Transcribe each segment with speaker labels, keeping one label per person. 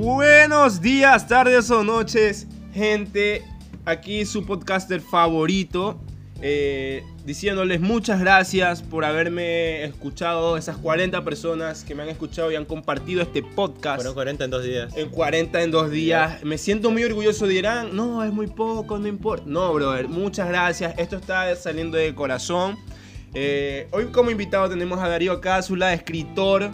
Speaker 1: Buenos días, tardes o noches, gente. Aquí su podcaster favorito. eh, diciéndoles muchas gracias por haberme escuchado, esas 40 personas que me han escuchado y han compartido este podcast.
Speaker 2: Fueron 40 en dos días.
Speaker 1: En 40 en dos días. Me siento muy orgulloso. Dirán, no, es muy poco, no importa. No, brother, muchas gracias. Esto está saliendo de corazón. Eh, hoy como invitado tenemos a Darío Cázula, escritor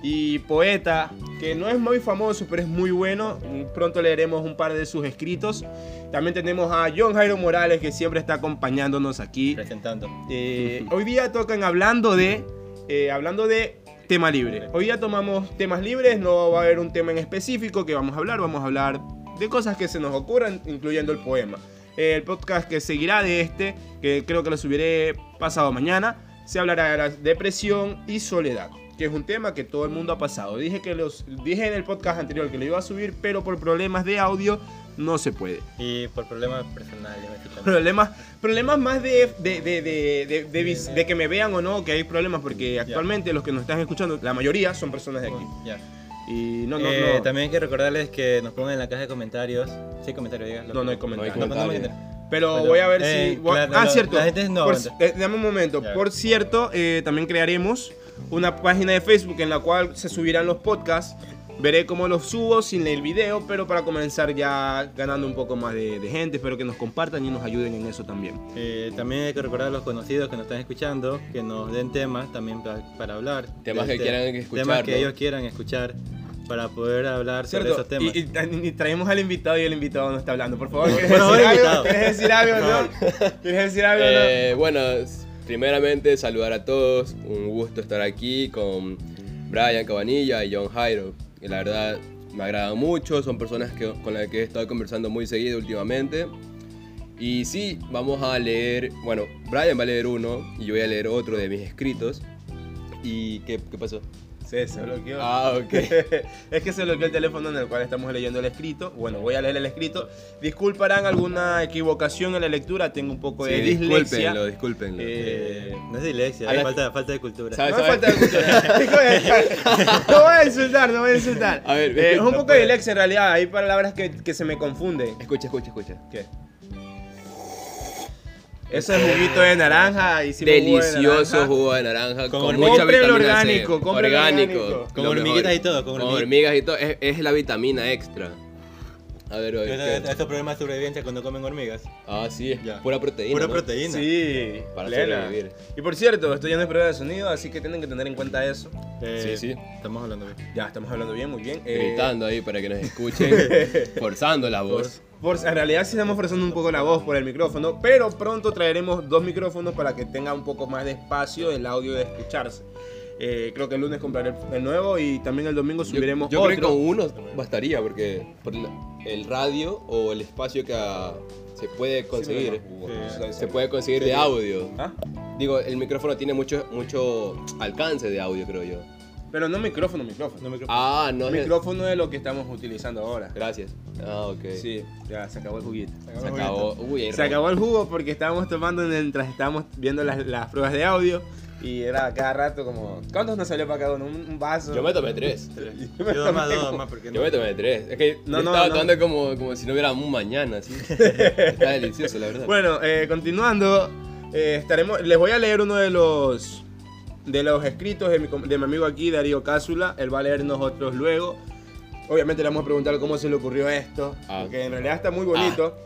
Speaker 1: y poeta, que no es muy famoso, pero es muy bueno. Pronto leeremos un par de sus escritos. También tenemos a John Jairo Morales, que siempre está acompañándonos aquí.
Speaker 2: Presentando.
Speaker 1: Eh, hoy día tocan hablando de eh, hablando de tema libre. Hoy día tomamos temas libres, no va a haber un tema en específico que vamos a hablar, vamos a hablar de cosas que se nos ocurran, incluyendo el poema. Eh, el podcast que seguirá de este, que creo que lo subiré pasado mañana, se hablará de la depresión y soledad, que es un tema que todo el mundo ha pasado. Dije que los dije en el podcast anterior que lo iba a subir, pero por problemas de audio no se puede
Speaker 2: Y por problemas personales, básicamente.
Speaker 1: problemas problemas más de de, de, de, de- de vis- de que me vean o no que hay problemas porque actualmente los que nos están escuchando la mayoría son personas de aquí
Speaker 2: Ya.
Speaker 1: y no no
Speaker 2: Eh,
Speaker 1: no
Speaker 2: También hay que recordarles que nos pongan en la caja de comentarios. Sí, comentarios, digas.
Speaker 1: No, no hay comentarios.
Speaker 2: No, no, no hay
Speaker 3: Comentarios.
Speaker 2: comentarios.
Speaker 1: pero
Speaker 2: bueno,
Speaker 1: voy a ver
Speaker 2: eh,
Speaker 1: si voy-
Speaker 2: claro,
Speaker 1: ah
Speaker 2: no,
Speaker 1: cierto
Speaker 2: la gente no
Speaker 1: Por-
Speaker 2: aguanta.
Speaker 1: eh, dame un momento
Speaker 2: Ya.
Speaker 1: por cierto eh, también crearemos una página de Facebook en la cual se subirán los podcasts Veré cómo los subo sin el video, pero para comenzar ya ganando un poco más de, de gente, espero que nos compartan y nos ayuden en eso también.
Speaker 2: Eh, también hay que recordar a los conocidos que nos están escuchando que nos den temas también pa- para, hablar. Este,
Speaker 3: Temas que quieran escuchar,
Speaker 2: Temas que
Speaker 3: ¿no?
Speaker 2: ellos quieran escuchar para poder hablar sobre
Speaker 1: Cierto,
Speaker 2: esos temas.
Speaker 1: Y, y- y traemos al invitado y el invitado no está hablando. Por favor, ¿quieres
Speaker 2: Bueno,
Speaker 1: decir
Speaker 2: ahora
Speaker 1: algo?
Speaker 2: invitado.
Speaker 1: ¿Quieres decir algo, no? ¿Quieres decir algo, no?
Speaker 3: Eh, bueno, s- primeramente saludar a todos. Un gusto estar aquí con Brian Cabanilla y John Jairo. que la verdad me agrada mucho. Son personas que, con las que he estado conversando muy seguido últimamente. Y sí, vamos a leer. Bueno, Brian va a leer uno y yo voy a leer otro de mis escritos. ¿Y qué, qué pasó?
Speaker 1: Sí, se bloqueó.
Speaker 3: Ah, ok.
Speaker 1: es que se bloqueó el teléfono en el cual estamos leyendo el escrito. Bueno, voy a leer el escrito. Disculparán alguna equivocación en la lectura. Tengo un poco de
Speaker 3: Sí,
Speaker 1: Pues dislexia.
Speaker 3: discúlpenlo, discúlpenlo.
Speaker 1: Eh,
Speaker 2: no es dislexia,
Speaker 3: a
Speaker 2: es
Speaker 3: la-
Speaker 2: falta, falta de cultura.
Speaker 3: ¿Sabes?
Speaker 1: No me falta de cultura. Hijo de- No voy a insultar, no voy a insultar.
Speaker 3: A ver,
Speaker 1: Eh, es un
Speaker 3: no
Speaker 1: poco de dislexia en realidad. Hay palabras que, que se me confunden.
Speaker 3: Escucha, escucha, escucha.
Speaker 1: ¿Qué? Eso es juguito de naranja. hicimos jugo de
Speaker 3: Delicioso
Speaker 1: naranja.
Speaker 3: jugo de naranja
Speaker 2: Con
Speaker 3: con,
Speaker 2: hormigas.
Speaker 3: mucha
Speaker 1: Compre lo
Speaker 3: vitamina
Speaker 1: orgánico,
Speaker 3: C.
Speaker 1: compre lo
Speaker 3: orgánico.
Speaker 1: orgánico.
Speaker 2: Con
Speaker 3: lo
Speaker 2: hormiguitas
Speaker 3: mejor.
Speaker 2: y todo, con
Speaker 3: Con
Speaker 2: hormiguitas.
Speaker 3: hormigas y todo. Es, es la vitamina extra. A ver, oye, ¿qué?
Speaker 2: Estos problemas de sobrevivencia cuando comen hormigas.
Speaker 3: Ah, sí, es
Speaker 2: eh, Ya.
Speaker 3: pura proteína.
Speaker 2: Pura
Speaker 3: ¿no?
Speaker 2: proteína.
Speaker 1: Sí,
Speaker 3: Para sobrevivir.
Speaker 1: Y por cierto, esto ya no es prueba de sonido, así que tienen que tener en cuenta eso.
Speaker 2: Eh,
Speaker 3: Sí, sí.
Speaker 2: Estamos hablando bien.
Speaker 1: Ya, estamos hablando bien, muy bien. Eh,
Speaker 3: Gritando ahí para que nos escuchen. forzando la voz.
Speaker 1: por- en realidad sí estamos forzando un poco la voz por el micrófono, pero pronto traeremos dos micrófonos para que tenga un poco más de espacio el audio de escucharse. Eh, creo que el lunes compraré el nuevo y también el domingo
Speaker 3: Yo,
Speaker 1: subiremos
Speaker 3: yo
Speaker 1: otro.
Speaker 3: creo que con uno bastaría porque por la- el radio o el espacio que ah, se puede conseguir.
Speaker 2: Sí.
Speaker 3: se puede conseguir de audio.
Speaker 1: ¿Ah?
Speaker 3: Digo, el micrófono tiene mucho, mucho alcance de audio, creo yo.
Speaker 1: Pero no micrófono, micrófono.
Speaker 2: No me creo-
Speaker 3: Ah, no es.
Speaker 1: micrófono es lo que estamos utilizando ahora.
Speaker 3: Gracias. Ah, ok.
Speaker 1: Sí, ya se acabó el juguito.
Speaker 3: Se acabó. Uy, hay
Speaker 1: Se
Speaker 3: ron.
Speaker 1: acabó el jugo porque estábamos tomando mientras estábamos viendo las, las pruebas de audio y era cada rato como, ¿cuántos nos salió para cada uno? Un, un vaso.
Speaker 3: Yo me tomé tres.
Speaker 1: Yo me
Speaker 2: Yo dos
Speaker 1: tomé
Speaker 2: más, dos
Speaker 1: como-
Speaker 2: más, porque
Speaker 3: Yo me tomé tres. Es que
Speaker 1: No,
Speaker 3: me
Speaker 1: no,
Speaker 3: estaba
Speaker 1: no.
Speaker 3: tomando como, como si no hubiera un mañana, así. Está delicioso, la verdad.
Speaker 1: Bueno, eh, continuando, eh, estaremos, les voy a leer uno de los de los escritos de mi, com- de mi amigo aquí, Darío Cásula. Él va a leernos otros luego. Obviamente le vamos a preguntar cómo se le ocurrió esto,
Speaker 3: Ah.
Speaker 1: porque en realidad está muy bonito.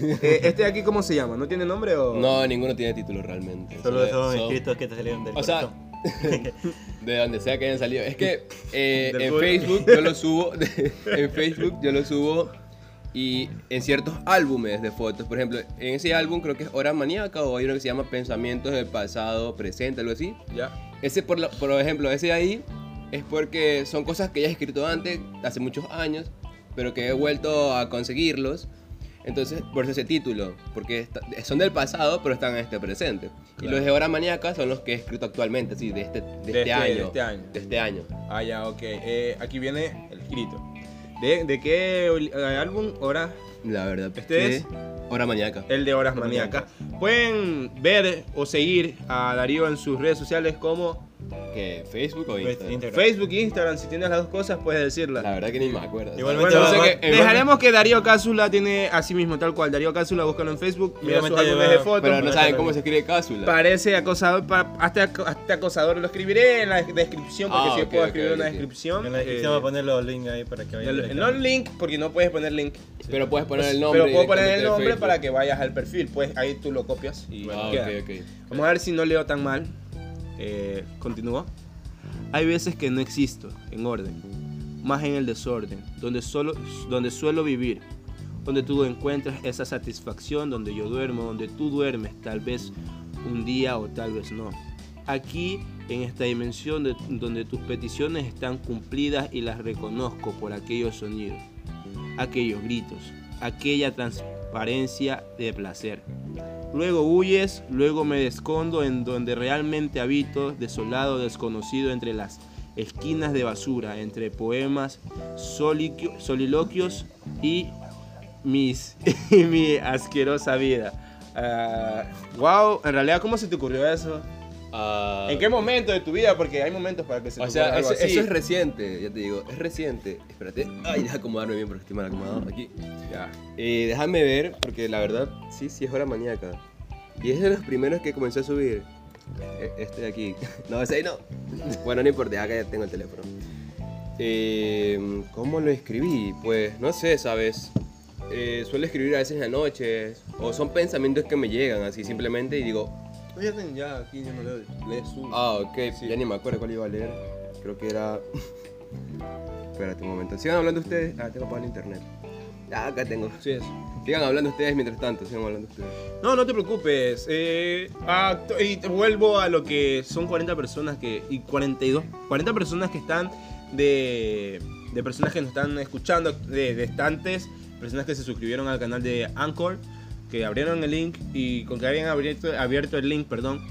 Speaker 1: Eh, este de aquí, ¿cómo se llama? ¿No tiene nombre o...?
Speaker 3: No, ninguno tiene título realmente.
Speaker 2: Solo
Speaker 3: de-
Speaker 2: son escritos que te salieron del
Speaker 3: O sea,
Speaker 2: corazón.
Speaker 3: de donde sea que hayan salido. Es que eh,
Speaker 1: Del
Speaker 3: en
Speaker 1: pueblo.
Speaker 3: Facebook yo lo subo. en Facebook yo lo subo. Y en ciertos álbumes de fotos, por ejemplo, en ese álbum creo que es Hora Maníaca o hay uno que se llama Pensamientos del Pasado, Presente, algo así.
Speaker 1: Ya.
Speaker 3: Ese, por, la- por ejemplo, ese de ahí es porque son cosas que ya he escrito antes, hace muchos años, pero que he vuelto a conseguirlos. Entonces, por eso ese título, porque esta- son del pasado, pero están en este presente. Y
Speaker 1: Claro.
Speaker 3: los de Hora Maníaca son los que he escrito actualmente, sí, de este, de
Speaker 1: De
Speaker 3: este
Speaker 1: este-
Speaker 3: año.
Speaker 1: de este año.
Speaker 3: de este año.
Speaker 1: Ah, ya, ok. Eh, aquí viene el escrito. ¿De, de qué ol- eh, álbum? Hora.
Speaker 3: La verdad.
Speaker 1: Este
Speaker 3: que
Speaker 1: es-
Speaker 3: Hora Maníaca.
Speaker 1: El de Horas Maníacas. Pueden ver o seguir a Darío en sus redes sociales como
Speaker 3: que Facebook o Instagram.
Speaker 2: Pues, Instagram.
Speaker 1: Facebook, Pues, Instagram, si tienes las dos cosas, puedes decirlas.
Speaker 3: La verdad que ni me acuerdo.
Speaker 2: Igualmente
Speaker 1: Bueno,
Speaker 2: va-
Speaker 1: sé
Speaker 2: va-
Speaker 1: que- dejaremos que Darío Cápsula tiene así mismo, tal cual. Darío Cápsula, búscalo en Facebook, mira sus
Speaker 2: Igualmente
Speaker 1: álbumes
Speaker 2: va-
Speaker 1: de fotos.
Speaker 3: Pero no
Speaker 2: Bueno,
Speaker 3: saben
Speaker 2: claro.
Speaker 3: cómo se escribe cápsula.
Speaker 1: Parece acosador, pa- hasta, ac- hasta acosador lo escribiré en la descripción, porque
Speaker 3: Ah,
Speaker 1: si yo
Speaker 3: ok,
Speaker 1: puedo
Speaker 3: ok,
Speaker 1: escribir una
Speaker 3: ok.
Speaker 1: descripción.
Speaker 2: En la descripción
Speaker 1: eh,
Speaker 2: voy a poner los links ahí para que vayan.
Speaker 1: el- no
Speaker 2: directamente.
Speaker 1: link, porque no puedes poner link.
Speaker 3: Pero puedes poner el nombre.
Speaker 1: Pues, Pero puedo poner el
Speaker 3: directamente de
Speaker 1: nombre
Speaker 3: Facebook.
Speaker 1: para que vayas al perfil, pues ahí tú lo copias y
Speaker 3: Ah,
Speaker 1: queda.
Speaker 3: ok, ok.
Speaker 1: Vamos a ver si no leo tan mal. Eh, Continúo. Hay veces que no existo en orden, más en el desorden, donde, solo, donde suelo vivir, donde tú encuentras esa satisfacción, donde yo duermo, donde tú duermes, tal vez un día o tal vez no. Aquí, en esta dimensión de- donde tus peticiones están cumplidas y las reconozco por aquellos sonidos, aquellos gritos, aquella transparencia de placer. Luego huyes, luego me escondo en donde realmente habito, desolado, desconocido entre las esquinas de basura, entre poemas, soliquio- soliloquios y, mis, y mi asquerosa vida. wow, en realidad, ¿cómo se te ocurrió eso?
Speaker 3: Ah,
Speaker 1: ¿En qué momento de tu vida? Porque hay momentos para que se te
Speaker 3: O
Speaker 1: ocurra
Speaker 3: sea,
Speaker 1: algo
Speaker 3: eso,
Speaker 1: así.
Speaker 3: eso es reciente, ya te digo, es reciente. Espérate. Ay, déjame acomodarme bien porque estoy mal acomodado aquí.
Speaker 1: Ya.
Speaker 3: Eh, déjame ver, porque la verdad, sí, sí es hora maníaca. Y es de los primeros que comenzó a subir. E- Este de aquí. No, ese ahí no. Bueno, no importa, acá ya tengo el teléfono. Eh, ¿Cómo lo escribí? Pues no sé, ¿sabes? Eh, suelo escribir a veces en las noches. O son pensamientos que me llegan así simplemente y digo,
Speaker 1: Fíjate, ya aquí yo no leo, lees tú.
Speaker 3: ah, ok,
Speaker 1: Sí.
Speaker 3: ya ni me acuerdo cuál iba a leer. Creo que era. Espérate un momento. Sigan hablando ustedes. Ah, tengo apagado el internet. Ah, acá tengo.
Speaker 1: Sí, eso.
Speaker 3: Sigan hablando ustedes mientras tanto, sigan hablando ustedes.
Speaker 1: No, no te preocupes. eh, ah, t- y te vuelvo a lo que son 40 personas que. y 42. 40 personas que están de. de personas que nos están escuchando, de, de estantes, personas que se suscribieron al canal de Anchor, que abrieron el link y con que habían abierto, abierto el link, perdón.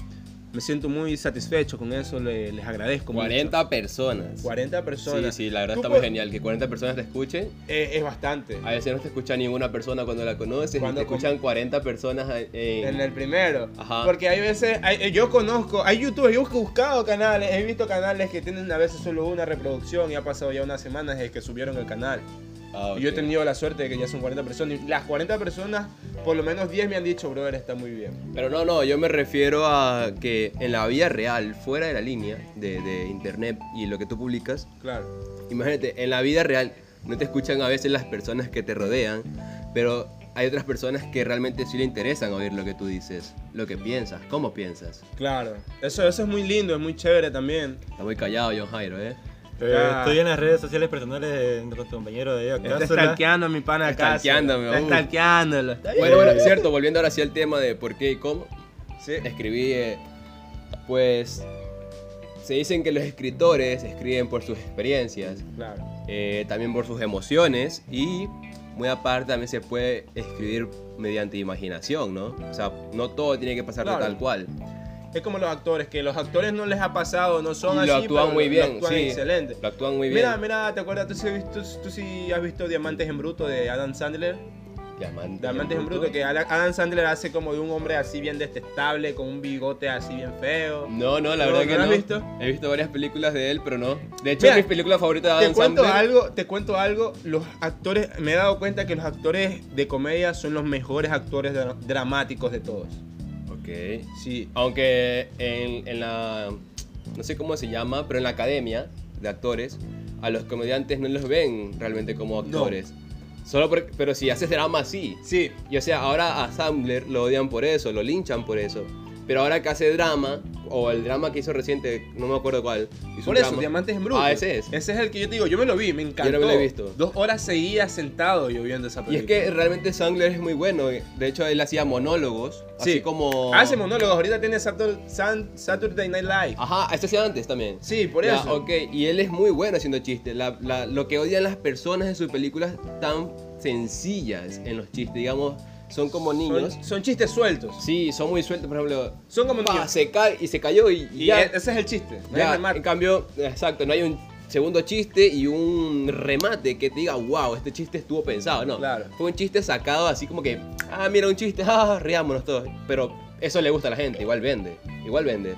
Speaker 1: Me siento muy satisfecho con eso, le- les agradezco. mucho.
Speaker 3: 40 personas.
Speaker 1: 40 personas.
Speaker 3: Sí, sí, la verdad
Speaker 1: Tú
Speaker 3: está muy
Speaker 1: pu-
Speaker 3: genial que 40 personas te escuchen.
Speaker 1: Eh, es bastante.
Speaker 3: A veces no te escucha ninguna persona cuando la conoces,
Speaker 1: Cuando
Speaker 3: y te
Speaker 1: com-
Speaker 3: escuchan 40 personas eh, en-
Speaker 1: En el primero.
Speaker 3: Ajá.
Speaker 1: Porque hay veces, hay- yo conozco, hay youtubers, yo he buscado canales, he visto canales que tienen a veces solo una reproducción y ha pasado ya unas semanas desde que subieron el canal.
Speaker 3: Ah, ok.
Speaker 1: Y yo he tenido la suerte de que ya son 40 personas y las 40 personas, por lo menos 10 me han dicho, brother, está muy bien.
Speaker 3: Pero no, no, yo me refiero a que en la vida real, fuera de la línea de, de internet y lo que tú publicas,
Speaker 1: Claro.
Speaker 3: imagínate, en la vida real no te escuchan a veces las personas que te rodean, pero hay otras personas que realmente sí le interesan oír lo que tú dices, lo que piensas, cómo piensas.
Speaker 1: Claro. Eso, eso es muy lindo, es muy chévere también.
Speaker 3: Está muy callado John Jairo, ¿eh.
Speaker 2: Eh,
Speaker 1: Ya. Este
Speaker 2: Estoy en las redes sociales personales de nuestro compañero de
Speaker 1: Está
Speaker 2: Cápsula.
Speaker 1: stalkeando a mi pana
Speaker 3: Está
Speaker 1: acá.
Speaker 3: stalkeándome,
Speaker 1: Está
Speaker 3: uh.
Speaker 1: stalkeándolo. Está bien.
Speaker 3: Bueno, bueno, cierto, volviendo ahora sí al tema de por qué y cómo,
Speaker 1: Eh. Sí.
Speaker 3: escribí, eh, pues se dicen que los escritores escriben por sus experiencias,
Speaker 1: Claro.
Speaker 3: eh, también por sus emociones y muy aparte también se puede escribir mediante imaginación, ¿no? O sea, no todo tiene que pasar
Speaker 1: Claro.
Speaker 3: tal cual.
Speaker 1: Es como los actores, que los actores no les ha pasado, no son
Speaker 3: y
Speaker 1: así,
Speaker 3: lo actúan
Speaker 1: pero
Speaker 3: muy
Speaker 1: lo-
Speaker 3: bien,
Speaker 1: lo actúan
Speaker 3: sí,
Speaker 1: excelente.
Speaker 3: Lo actúan muy bien.
Speaker 1: Mira, mira, ¿te acuerdas? ¿Tú sí, has visto- tú sí has visto Diamantes en Bruto de Adam Sandler?
Speaker 3: Diamantes,
Speaker 1: Diamantes en Bruto, que Ala- Adam Sandler hace como de un hombre así bien detestable, con un bigote así bien feo.
Speaker 3: No, no, la
Speaker 1: No,
Speaker 3: verdad
Speaker 1: ¿no
Speaker 3: que
Speaker 1: lo has
Speaker 3: no.
Speaker 1: visto?
Speaker 3: He visto varias películas de él, pero no. De hecho,
Speaker 1: Mira,
Speaker 3: mis películas favoritas de
Speaker 1: Te
Speaker 3: Adam
Speaker 1: cuento
Speaker 3: Sandler-
Speaker 1: algo, te cuento algo, los actores, me he dado cuenta que los actores de comedia son los mejores actores dra- dramáticos de todos.
Speaker 3: Ok.
Speaker 1: Sí.
Speaker 3: Aunque en, en la. No sé cómo se llama, pero en la academia de actores, a los comediantes no los ven realmente como actores. Solo porque- pero si haces drama, sí.
Speaker 1: Sí,
Speaker 3: Y o sea, ahora a Sandler lo odian por eso, lo linchan por eso. Pero ahora que hace drama, o el drama que hizo reciente, no me acuerdo cuál. hizo un
Speaker 1: Por eso,
Speaker 3: drama.
Speaker 1: Diamantes en Bruto.
Speaker 3: Ah, ese es.
Speaker 1: Ese es el que yo te digo, yo me lo vi, me encantó.
Speaker 3: me lo he visto.
Speaker 1: Dos horas seguidas sentado yo viendo esa
Speaker 3: Y
Speaker 1: película.
Speaker 3: es que realmente Sandler es muy bueno. De hecho, él hacía monólogos.
Speaker 1: Sí. Ah,
Speaker 3: Así como.
Speaker 1: Hace monólogos, ahorita tiene Satur- San- Saturday Night Live.
Speaker 3: Ajá, esto hacía antes también.
Speaker 1: Sí, por
Speaker 3: Ya,
Speaker 1: eso.
Speaker 3: ok, y él es muy bueno haciendo chistes. La- la- lo que odian las personas en sus películas tan sencillas en los chistes, digamos, son como niños.
Speaker 1: Son, son chistes sueltos.
Speaker 3: Sí, son muy sueltos, por ejemplo.
Speaker 1: Son como
Speaker 3: pa,
Speaker 1: niños.
Speaker 3: se cae y se cayó y,
Speaker 1: Y
Speaker 3: ya.
Speaker 1: e- ese es el chiste. no
Speaker 3: ya,
Speaker 1: es
Speaker 3: en
Speaker 1: remate.
Speaker 3: cambio, exacto, no hay un segundo chiste y un remate que te diga, wow, este chiste estuvo pensado. No,
Speaker 1: Claro.
Speaker 3: fue un chiste sacado así como que, ah, mira un chiste, ah, riámonos todos. Pero eso le gusta a la gente, igual vende, igual vende.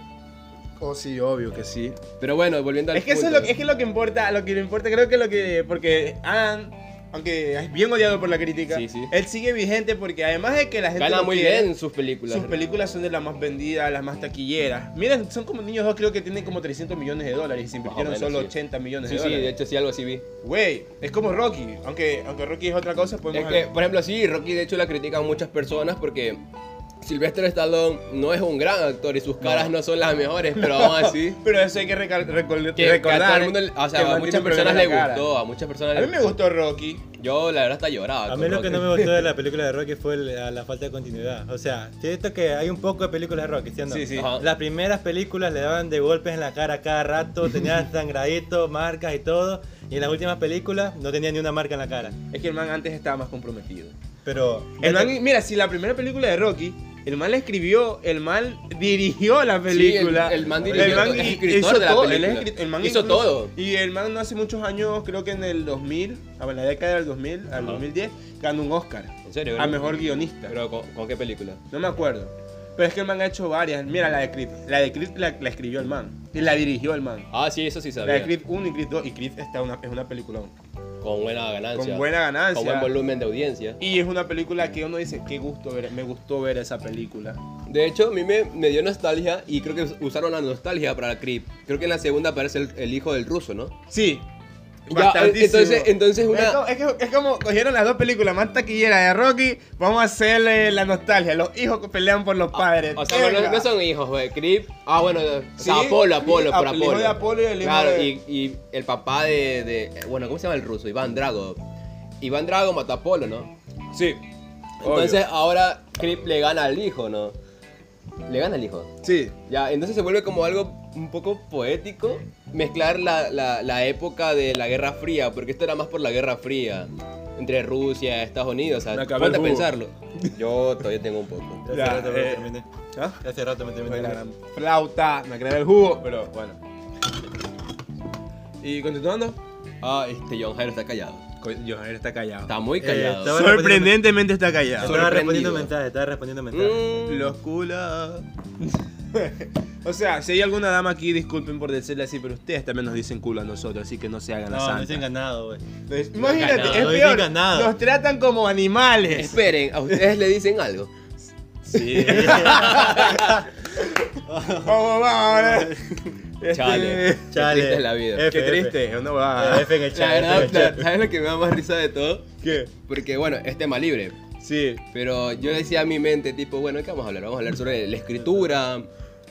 Speaker 1: Oh, sí, obvio que sí.
Speaker 3: Pero bueno, volviendo al
Speaker 1: Es que eso es
Speaker 3: punto.
Speaker 1: lo, es que lo que importa, lo que le importa creo que lo que... Porque Adam, aunque es bien odiado por la crítica,
Speaker 3: Sí, sí.
Speaker 1: él sigue vigente porque además de que la gente...
Speaker 3: Gana
Speaker 1: lo
Speaker 3: muy
Speaker 1: quiere,
Speaker 3: bien sus películas.
Speaker 1: Sus películas son de las más vendidas, las más taquilleras. Miren, son como niños dos, creo que tienen como 300 millones de dólares y se
Speaker 3: Más o
Speaker 1: invirtieron
Speaker 3: menos,
Speaker 1: solo
Speaker 3: sí.
Speaker 1: 80 millones
Speaker 3: Sí,
Speaker 1: de
Speaker 3: sí, de
Speaker 1: dólares.
Speaker 3: hecho sí, algo así vi.
Speaker 1: Güey, es como Rocky, aunque, aunque Rocky es otra cosa,
Speaker 3: Es
Speaker 1: podemos...
Speaker 3: que, por ejemplo, sí, Rocky de hecho la critican muchas personas porque Sylvester Stallone no es un gran actor y sus caras no, son las mejores, pero aún así.
Speaker 1: Pero eso hay que recal- recol-
Speaker 3: que- que
Speaker 1: recordar.
Speaker 3: a todo el mundo le- o
Speaker 1: que
Speaker 3: sea, a
Speaker 1: Mandy
Speaker 3: muchas
Speaker 1: Paul era
Speaker 3: personas
Speaker 1: la
Speaker 3: le
Speaker 1: cara.
Speaker 3: gustó, a muchas personas
Speaker 1: A
Speaker 3: le
Speaker 1: mí me gustó Rocky.
Speaker 3: Yo, la verdad, hasta lloraba.
Speaker 2: A
Speaker 3: con
Speaker 2: mí lo
Speaker 3: Rocky.
Speaker 2: que no me gustó de la película de Rocky fue la, la falta de continuidad. O sea, siento que hay un poco de películas de Rocky, ¿cierto?
Speaker 1: Sí, sí.
Speaker 3: Ajá.
Speaker 2: Las primeras películas le daban de golpes en la cara a cada rato, tenía sangradito, marcas y todo. Y en las últimas películas no tenía ni una marca en la cara.
Speaker 1: Es que el man antes estaba más comprometido.
Speaker 2: Pero.
Speaker 1: El man, mira, si la primera película de Rocky, el man la escribió, el man dirigió la película.
Speaker 3: Sí, el, el man dirigió, es escritor
Speaker 1: hizo
Speaker 3: de la
Speaker 1: todo, él
Speaker 3: película.
Speaker 1: es escrit- el man
Speaker 3: hizo
Speaker 1: incluso-
Speaker 3: todo.
Speaker 1: Y el man no hace muchos años, creo que en el 2000, ah, bueno, en la década del 2000 al
Speaker 3: Ajá.
Speaker 1: 2010, ganó un Oscar
Speaker 3: En serio.
Speaker 1: a
Speaker 3: ¿no?
Speaker 1: mejor guionista.
Speaker 3: este Pero, ¿con, con qué película?
Speaker 1: No me acuerdo. Pero es que el man ha hecho varias. Mira, la de Creed. La de Creed la, la escribió el man. Y la dirigió el man.
Speaker 3: Ah, sí, eso sí
Speaker 1: La
Speaker 3: sabía.
Speaker 1: de Creed 1 y Creed 2. Y Creed está una, es una película.
Speaker 3: Con buena ganancia.
Speaker 1: Con buena ganancia.
Speaker 3: Con buen volumen de audiencia.
Speaker 1: Y es una película que uno dice, qué gusto ver, me gustó ver esa película.
Speaker 3: De hecho, a mí me, me dio nostalgia y creo que usaron la nostalgia para Creep. Creo que en la segunda aparece el, el hijo del ruso, ¿no?
Speaker 1: Sí.
Speaker 3: Ya, eh,
Speaker 1: bastantísimo.
Speaker 3: entonces- entonces una-
Speaker 1: Es como, es que- es como cogieron las dos películas más taquilleras de Rocky, vamos a hacerle la nostalgia. Los hijos que pelean por los padres.
Speaker 3: Ah, O sea, pero no,
Speaker 1: Venga.
Speaker 3: no son hijos, güey. Creep. Ah, bueno, o sea,
Speaker 1: Sí,
Speaker 3: Apolo, Apolo,
Speaker 1: Creep,
Speaker 3: por
Speaker 1: el
Speaker 3: Apolo.
Speaker 1: hijo de Apolo y el hijo
Speaker 3: Claro,
Speaker 1: de-
Speaker 3: y, y el papá de, de- Bueno, ¿cómo se llama el ruso? Iván Drago. Iván Drago mató a Apolo, ¿no?
Speaker 1: Sí.
Speaker 3: Entonces ahora Creep le gana al hijo, ¿no? Le gana al hijo.
Speaker 1: Obvio. Sí.
Speaker 3: Ya, entonces se vuelve como algo un poco poético mezclar la, la- la época de la Guerra Fría, porque esto era más por la Guerra Fría entre Rusia y Estados Unidos. O
Speaker 1: Me
Speaker 3: sea,
Speaker 1: acabé
Speaker 3: ponte
Speaker 1: el
Speaker 3: a
Speaker 1: jugo.
Speaker 3: pensarlo. Yo todavía tengo un poco.
Speaker 2: Hace
Speaker 1: Ya,
Speaker 2: rato me
Speaker 1: eh,
Speaker 2: terminé.
Speaker 1: ¿Ah?
Speaker 2: Hace rato me
Speaker 1: Fue
Speaker 2: terminé.
Speaker 1: la gran flauta, me aclaré el jugo, pero bueno. ¿Y continuando?
Speaker 3: Ah, este John Jairo está callado.
Speaker 1: Johan está callado.
Speaker 3: Está muy
Speaker 2: Eh,
Speaker 3: callado.
Speaker 2: estaba-
Speaker 1: Sorprendentemente está callado.
Speaker 2: Estaba
Speaker 3: sorprendido.
Speaker 2: respondiendo mensajes, estaba respondiendo mensajes.
Speaker 3: Mm,
Speaker 1: Los culos. o sea, si hay alguna dama aquí, disculpen por decirle así, pero ustedes también nos dicen culo a nosotros, así que no se hagan la
Speaker 2: No, no estoy
Speaker 1: santa.
Speaker 2: enganado, güey.
Speaker 1: Entonces, Imagínate,
Speaker 3: No,
Speaker 1: es
Speaker 2: no
Speaker 1: peor.
Speaker 2: digan nada.
Speaker 1: Nos tratan como animales.
Speaker 3: Esperen, a ustedes le dicen algo.
Speaker 2: Sí.
Speaker 1: Vamos, vamos, ahora. Este,
Speaker 3: Chale.
Speaker 2: Chale.
Speaker 3: Qué triste es la vida.
Speaker 2: F,
Speaker 1: Qué
Speaker 2: F.
Speaker 1: triste, es una bobada.
Speaker 2: F en el
Speaker 3: La
Speaker 2: chat. F en
Speaker 3: verdad,
Speaker 2: el
Speaker 3: la-
Speaker 2: chat.
Speaker 3: ¿sabes lo que me da más risa de todo?
Speaker 1: ¿Qué?
Speaker 3: Porque bueno, es tema libre.
Speaker 1: Sí.
Speaker 3: Pero yo decía a mi mente, tipo, bueno, ¿de ¿qué vamos a hablar? Vamos a hablar sobre la escritura.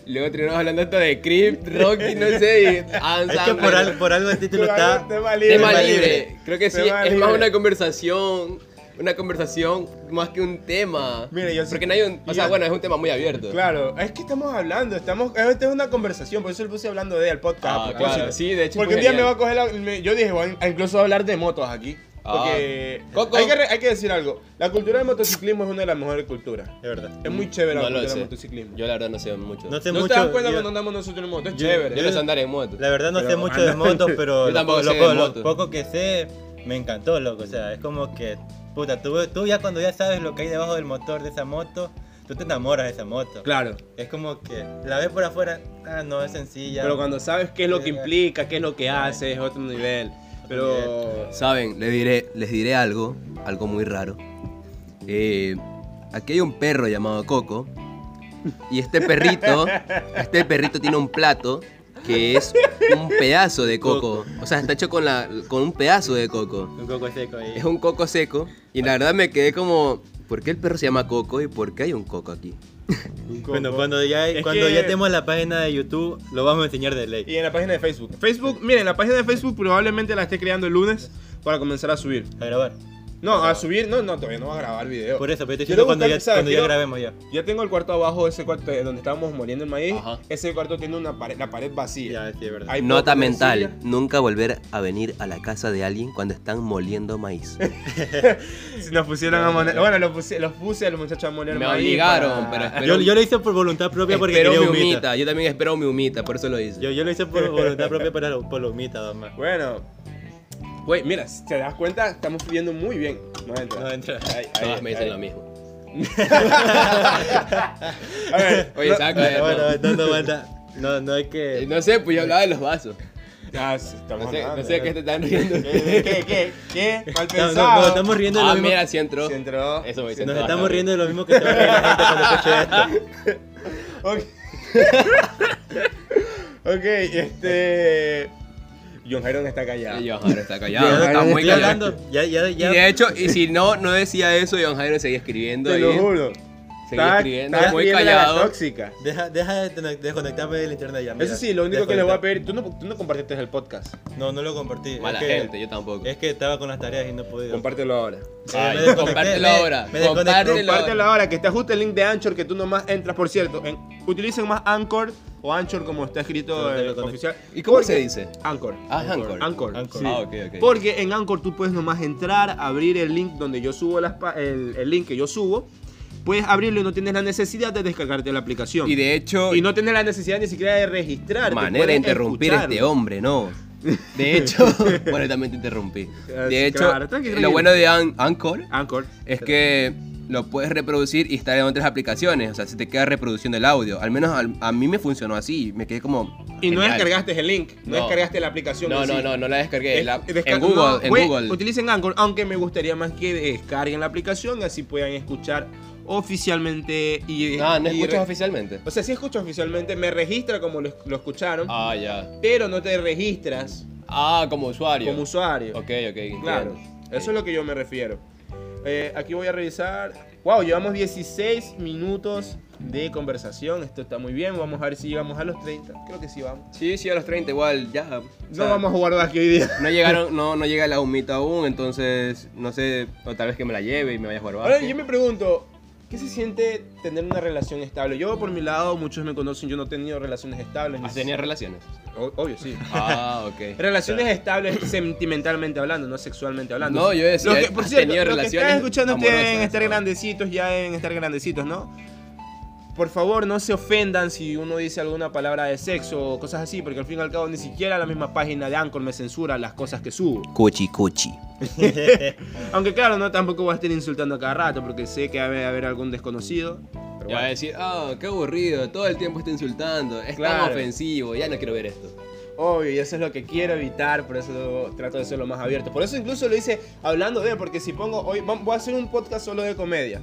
Speaker 3: Y Luego terminamos hablando hasta de Crypt, Rocky, no sé, y Adam
Speaker 2: Es que por,
Speaker 3: Sandler.
Speaker 2: al- por algo el título está.
Speaker 1: Tema libre.
Speaker 3: Tema
Speaker 2: tema
Speaker 3: libre.
Speaker 2: libre.
Speaker 3: Creo que sí,
Speaker 1: Tema
Speaker 3: es más
Speaker 1: libre.
Speaker 3: una conversación. Una conversación más que un tema.
Speaker 1: Mira, yo sí-
Speaker 3: Porque no hay un. O sea,
Speaker 1: yo-
Speaker 3: bueno, es un tema muy abierto.
Speaker 1: Claro, es que estamos hablando, estamos, esta es una conversación, por eso le puse hablando de al podcast.
Speaker 3: Ah,
Speaker 1: a propósito.
Speaker 3: claro. Sí, de hecho.
Speaker 1: Porque
Speaker 3: es
Speaker 1: un
Speaker 3: muy
Speaker 1: día me va a
Speaker 3: genial.
Speaker 1: coger la, me- yo dije, voy a incluso hablar de motos aquí.
Speaker 3: Ah.
Speaker 1: Porque
Speaker 3: Coco.
Speaker 1: Hay, que, re- hay que decir algo, la cultura del motociclismo es una de las mejores culturas.
Speaker 2: Es verdad.
Speaker 1: Es muy chévere la
Speaker 3: No lo
Speaker 1: cultura del
Speaker 3: sé.
Speaker 1: motociclismo.
Speaker 3: Yo la verdad no sé mucho.
Speaker 2: No sé
Speaker 1: ¿No
Speaker 2: mucho.
Speaker 1: te das cuenta
Speaker 2: yo-
Speaker 1: cuando andamos nosotros en moto? Es
Speaker 2: yo-
Speaker 1: chévere.
Speaker 3: Yo no sé andar en moto.
Speaker 2: La verdad no
Speaker 1: Pero
Speaker 2: sé mucho
Speaker 1: anda-
Speaker 2: de motos, pero
Speaker 3: Yo
Speaker 2: lo,
Speaker 3: tampoco
Speaker 2: po-
Speaker 3: sé
Speaker 2: lo
Speaker 3: de
Speaker 2: po- lo
Speaker 3: motos.
Speaker 2: poco que sé me encantó, loco. O sea, es como que, puta, tú, tú ya cuando ya sabes lo que hay debajo del motor de esa moto, tú te enamoras de esa moto.
Speaker 1: Claro,
Speaker 2: Es como que la ves por afuera, ah, no, es sencilla.
Speaker 1: pero cuando sabes qué es lo que
Speaker 2: Ya, ya.
Speaker 1: implica, qué es lo que hace, es otro nivel. Pero...
Speaker 3: Saben, les diré, les diré algo, algo muy raro. Eh, aquí hay un perro llamado Coco. Y este perrito, este perrito tiene un plato que es un pedazo de coco. O sea, está hecho con, la, con un pedazo de coco.
Speaker 2: Un coco seco ahí.
Speaker 3: Es un coco seco. Y la verdad me quedé como, ¿por qué el perro se llama Coco y por qué hay un coco aquí?
Speaker 2: Bueno, cuando ya,
Speaker 1: Es
Speaker 2: cuando
Speaker 1: que-
Speaker 2: ya tenemos la página de YouTube, lo vamos a enseñar de ley.
Speaker 1: Y en la página de Facebook. Facebook, miren, la página de Facebook probablemente la esté creando el lunes para comenzar a subir.
Speaker 2: A grabar.
Speaker 1: No, a subir, no, no, todavía no va a grabar video.
Speaker 2: Por eso, pero te
Speaker 1: Quiero
Speaker 2: estoy diciendo cuando,
Speaker 1: buscar,
Speaker 2: ya,
Speaker 1: ¿sabes?
Speaker 2: cuando ya
Speaker 1: Quiero-
Speaker 2: grabemos ya.
Speaker 1: Ya tengo el cuarto abajo, ese cuarto eh, donde estábamos moliendo el maíz.
Speaker 3: Ajá.
Speaker 1: Ese cuarto tiene una pared, la pared vacía.
Speaker 2: Ya, sí, es verdad.
Speaker 1: Ahí puedo
Speaker 4: Nota
Speaker 1: poner
Speaker 4: mental, nunca volver a venir a la casa de alguien cuando están moliendo maíz.
Speaker 1: sillas. Si nos pusieron a moler. Bueno, los puse, los puse a los muchachos a moler
Speaker 3: Me
Speaker 1: maíz.
Speaker 3: obligaron, pero
Speaker 1: para-
Speaker 3: espero,
Speaker 2: Yo, yo lo hice por voluntad propia porque
Speaker 3: espero
Speaker 2: quería
Speaker 3: mi
Speaker 2: humita.
Speaker 3: humita. Yo también espero mi humita, por eso lo hice.
Speaker 2: Yo, yo lo hice por voluntad propia para lo- por la humita, nada más.
Speaker 1: Bueno. Güey, mira, si te das cuenta, estamos subiendo muy bien. No entra.
Speaker 2: No entra.
Speaker 1: Ahí, ahí,
Speaker 3: Todas me dicen
Speaker 1: ahí.
Speaker 3: lo mismo.
Speaker 1: A ver,
Speaker 3: Oye, saca. eh,
Speaker 2: Bueno,
Speaker 3: no.
Speaker 2: bueno, no, no, aguanta. No, no hay que.
Speaker 3: Eh, No sé, pues yo hablaba de los vasos.
Speaker 1: Ya, sí, estamos
Speaker 3: No sé, no
Speaker 1: hablando,
Speaker 3: sé de
Speaker 1: ¿no?
Speaker 3: qué este- te están riendo.
Speaker 1: ¿Qué, qué, qué, qué? ¿Mal
Speaker 2: No, no,
Speaker 1: pensado?
Speaker 2: nos estamos riendo de lo
Speaker 3: Ah,
Speaker 2: mismo.
Speaker 3: mira, sí entró.
Speaker 1: Se entró.
Speaker 3: Eso me dice.
Speaker 2: Nos
Speaker 3: entró.
Speaker 2: estamos riendo de lo mismo que se va a reír la gente cuando escuche esto.
Speaker 1: Ok. ok, este. John Jaron está callado.
Speaker 3: Y John Jairo está
Speaker 2: Ya,
Speaker 3: callado, está
Speaker 1: Jairo
Speaker 3: muy
Speaker 2: estoy
Speaker 3: callado.
Speaker 2: hablando. Ya, ya,
Speaker 3: Y
Speaker 2: ya.
Speaker 3: de hecho, y si no, no decía eso, John Jairo seguía escribiendo
Speaker 1: Te lo
Speaker 3: ahí.
Speaker 1: juro.
Speaker 3: Seguía
Speaker 1: Está,
Speaker 3: escribiendo,
Speaker 1: está
Speaker 3: muy
Speaker 1: escribiéndole a la
Speaker 3: callado.
Speaker 1: tóxica.
Speaker 2: Deja, deja de tener- desconectarme del internet ya. mira.
Speaker 1: Eso sí, lo único que les voy a
Speaker 2: Desconecta.
Speaker 1: pedir, tú no, tú no compartiste el podcast.
Speaker 2: No, no lo compartí.
Speaker 3: Mala
Speaker 2: es que,
Speaker 3: gente, yo tampoco.
Speaker 2: Es que estaba con las tareas y no podía.
Speaker 1: Compártelo ahora.
Speaker 3: Ay,
Speaker 2: me desconecté,
Speaker 3: compártelo
Speaker 2: me-
Speaker 3: ahora.
Speaker 2: me desconecté.
Speaker 3: Compártelo
Speaker 1: Compártelo
Speaker 3: ahora.
Speaker 1: ahora, que está justo el link de Anchor que tú nomás entras. Por cierto, en- utilicen más Anchor o Anchor como está escrito
Speaker 2: No, te
Speaker 1: eh,
Speaker 2: lo conecto.
Speaker 1: oficial.
Speaker 3: ¿Y cómo
Speaker 1: Porque-
Speaker 3: se dice?
Speaker 1: Anchor.
Speaker 3: Ah, Anchor.
Speaker 1: Anchor.
Speaker 2: Anchor.
Speaker 1: sí.
Speaker 3: Ah, ok, ok.
Speaker 1: Porque en Anchor tú puedes nomás entrar, abrir el link donde yo subo las pa- el, el link que yo subo. Puedes abrirlo y no tienes la necesidad de descargarte la aplicación.
Speaker 3: Y de hecho,
Speaker 1: Y no tienes la necesidad ni siquiera de registrarte.
Speaker 3: manera de
Speaker 1: puedes
Speaker 3: interrumpir a este
Speaker 1: escucharlo.
Speaker 3: hombre, no. De hecho, bueno, también te interrumpí.
Speaker 1: Claro,
Speaker 3: De hecho,
Speaker 1: tranqui, tranqui.
Speaker 3: lo bueno de An- Anchor
Speaker 1: Anchor.
Speaker 3: es que lo puedes reproducir y estar en otras aplicaciones. O sea, se te queda reproducción del audio. Al menos al- a, mí me funcionó así. Me quedé como.
Speaker 1: Y no
Speaker 3: genial.
Speaker 1: descargaste el link, no,
Speaker 3: No.
Speaker 1: descargaste la aplicación.
Speaker 3: No,
Speaker 1: en
Speaker 3: no,
Speaker 1: sí.
Speaker 3: no, no la descargué.
Speaker 1: Es-
Speaker 3: la-
Speaker 1: desca-
Speaker 3: en Google,
Speaker 1: no,
Speaker 3: en
Speaker 1: we-
Speaker 3: Google.
Speaker 1: Utilicen Anchor, aunque me gustaría más que descarguen la aplicación, así puedan escuchar oficialmente y...
Speaker 3: Ah, no
Speaker 1: y re-
Speaker 3: escuchas oficialmente.
Speaker 1: O sea, sí escucho oficialmente, me registra como lo, lo escucharon,
Speaker 3: Ah, ya.
Speaker 1: pero no te registras
Speaker 3: Ah, como usuario.
Speaker 1: como usuario.
Speaker 3: Ok, ok. entiendo.
Speaker 1: Claro, eso
Speaker 3: Ok.
Speaker 1: es lo que yo me refiero. Eh, aquí voy a revisar. Wow, llevamos 16 minutos de conversación. Esto está muy bien. Vamos a ver si llegamos a los 30. Creo que sí vamos.
Speaker 3: Sí, sí, a los 30 igual, ya. o
Speaker 1: No
Speaker 3: sea,
Speaker 1: vamos a jugar aquí hoy día.
Speaker 3: No llegaron, no, no llega la humita aún, entonces no sé, o tal vez que me la lleve y me vaya a jugar
Speaker 1: Ahora
Speaker 3: básquet.
Speaker 1: yo me pregunto, ¿qué se siente tener una relación estable? Yo por mi lado, muchos me conocen, yo no he tenido relaciones estables.
Speaker 3: ¿Has tenido Ah, relaciones?
Speaker 1: O- Obvio, sí.
Speaker 3: Ah, ok.
Speaker 1: Relaciones estables sentimentalmente hablando, no sexualmente hablando.
Speaker 3: No, yo decía,
Speaker 1: Los que,
Speaker 3: has
Speaker 1: por cierto,
Speaker 3: tenido
Speaker 1: los que
Speaker 3: relaciones
Speaker 1: están escuchando ustedes deben
Speaker 3: amorosas,
Speaker 1: estar
Speaker 3: ¿no?
Speaker 1: grandecitos, ya deben estar grandecitos, ¿no? Por favor, no se ofendan si uno dice alguna palabra de sexo o cosas así, porque al fin y al cabo ni siquiera la misma página de Anchor me censura las cosas que subo.
Speaker 4: Cuchi, cuchi.
Speaker 1: Aunque claro, no tampoco voy a estar insultando a cada rato, porque sé que va a haber algún desconocido. pero
Speaker 3: Ya va a
Speaker 1: bueno.
Speaker 3: decir, ah, qué aburrido, todo el tiempo está insultando, es tan
Speaker 1: Claro.
Speaker 3: ofensivo, ya no quiero ver esto.
Speaker 1: Obvio, y eso es lo que quiero evitar, por eso trato de ser lo más abierto. Por eso incluso lo hice hablando de, porque si pongo hoy, vam- voy a hacer un podcast solo de comedia.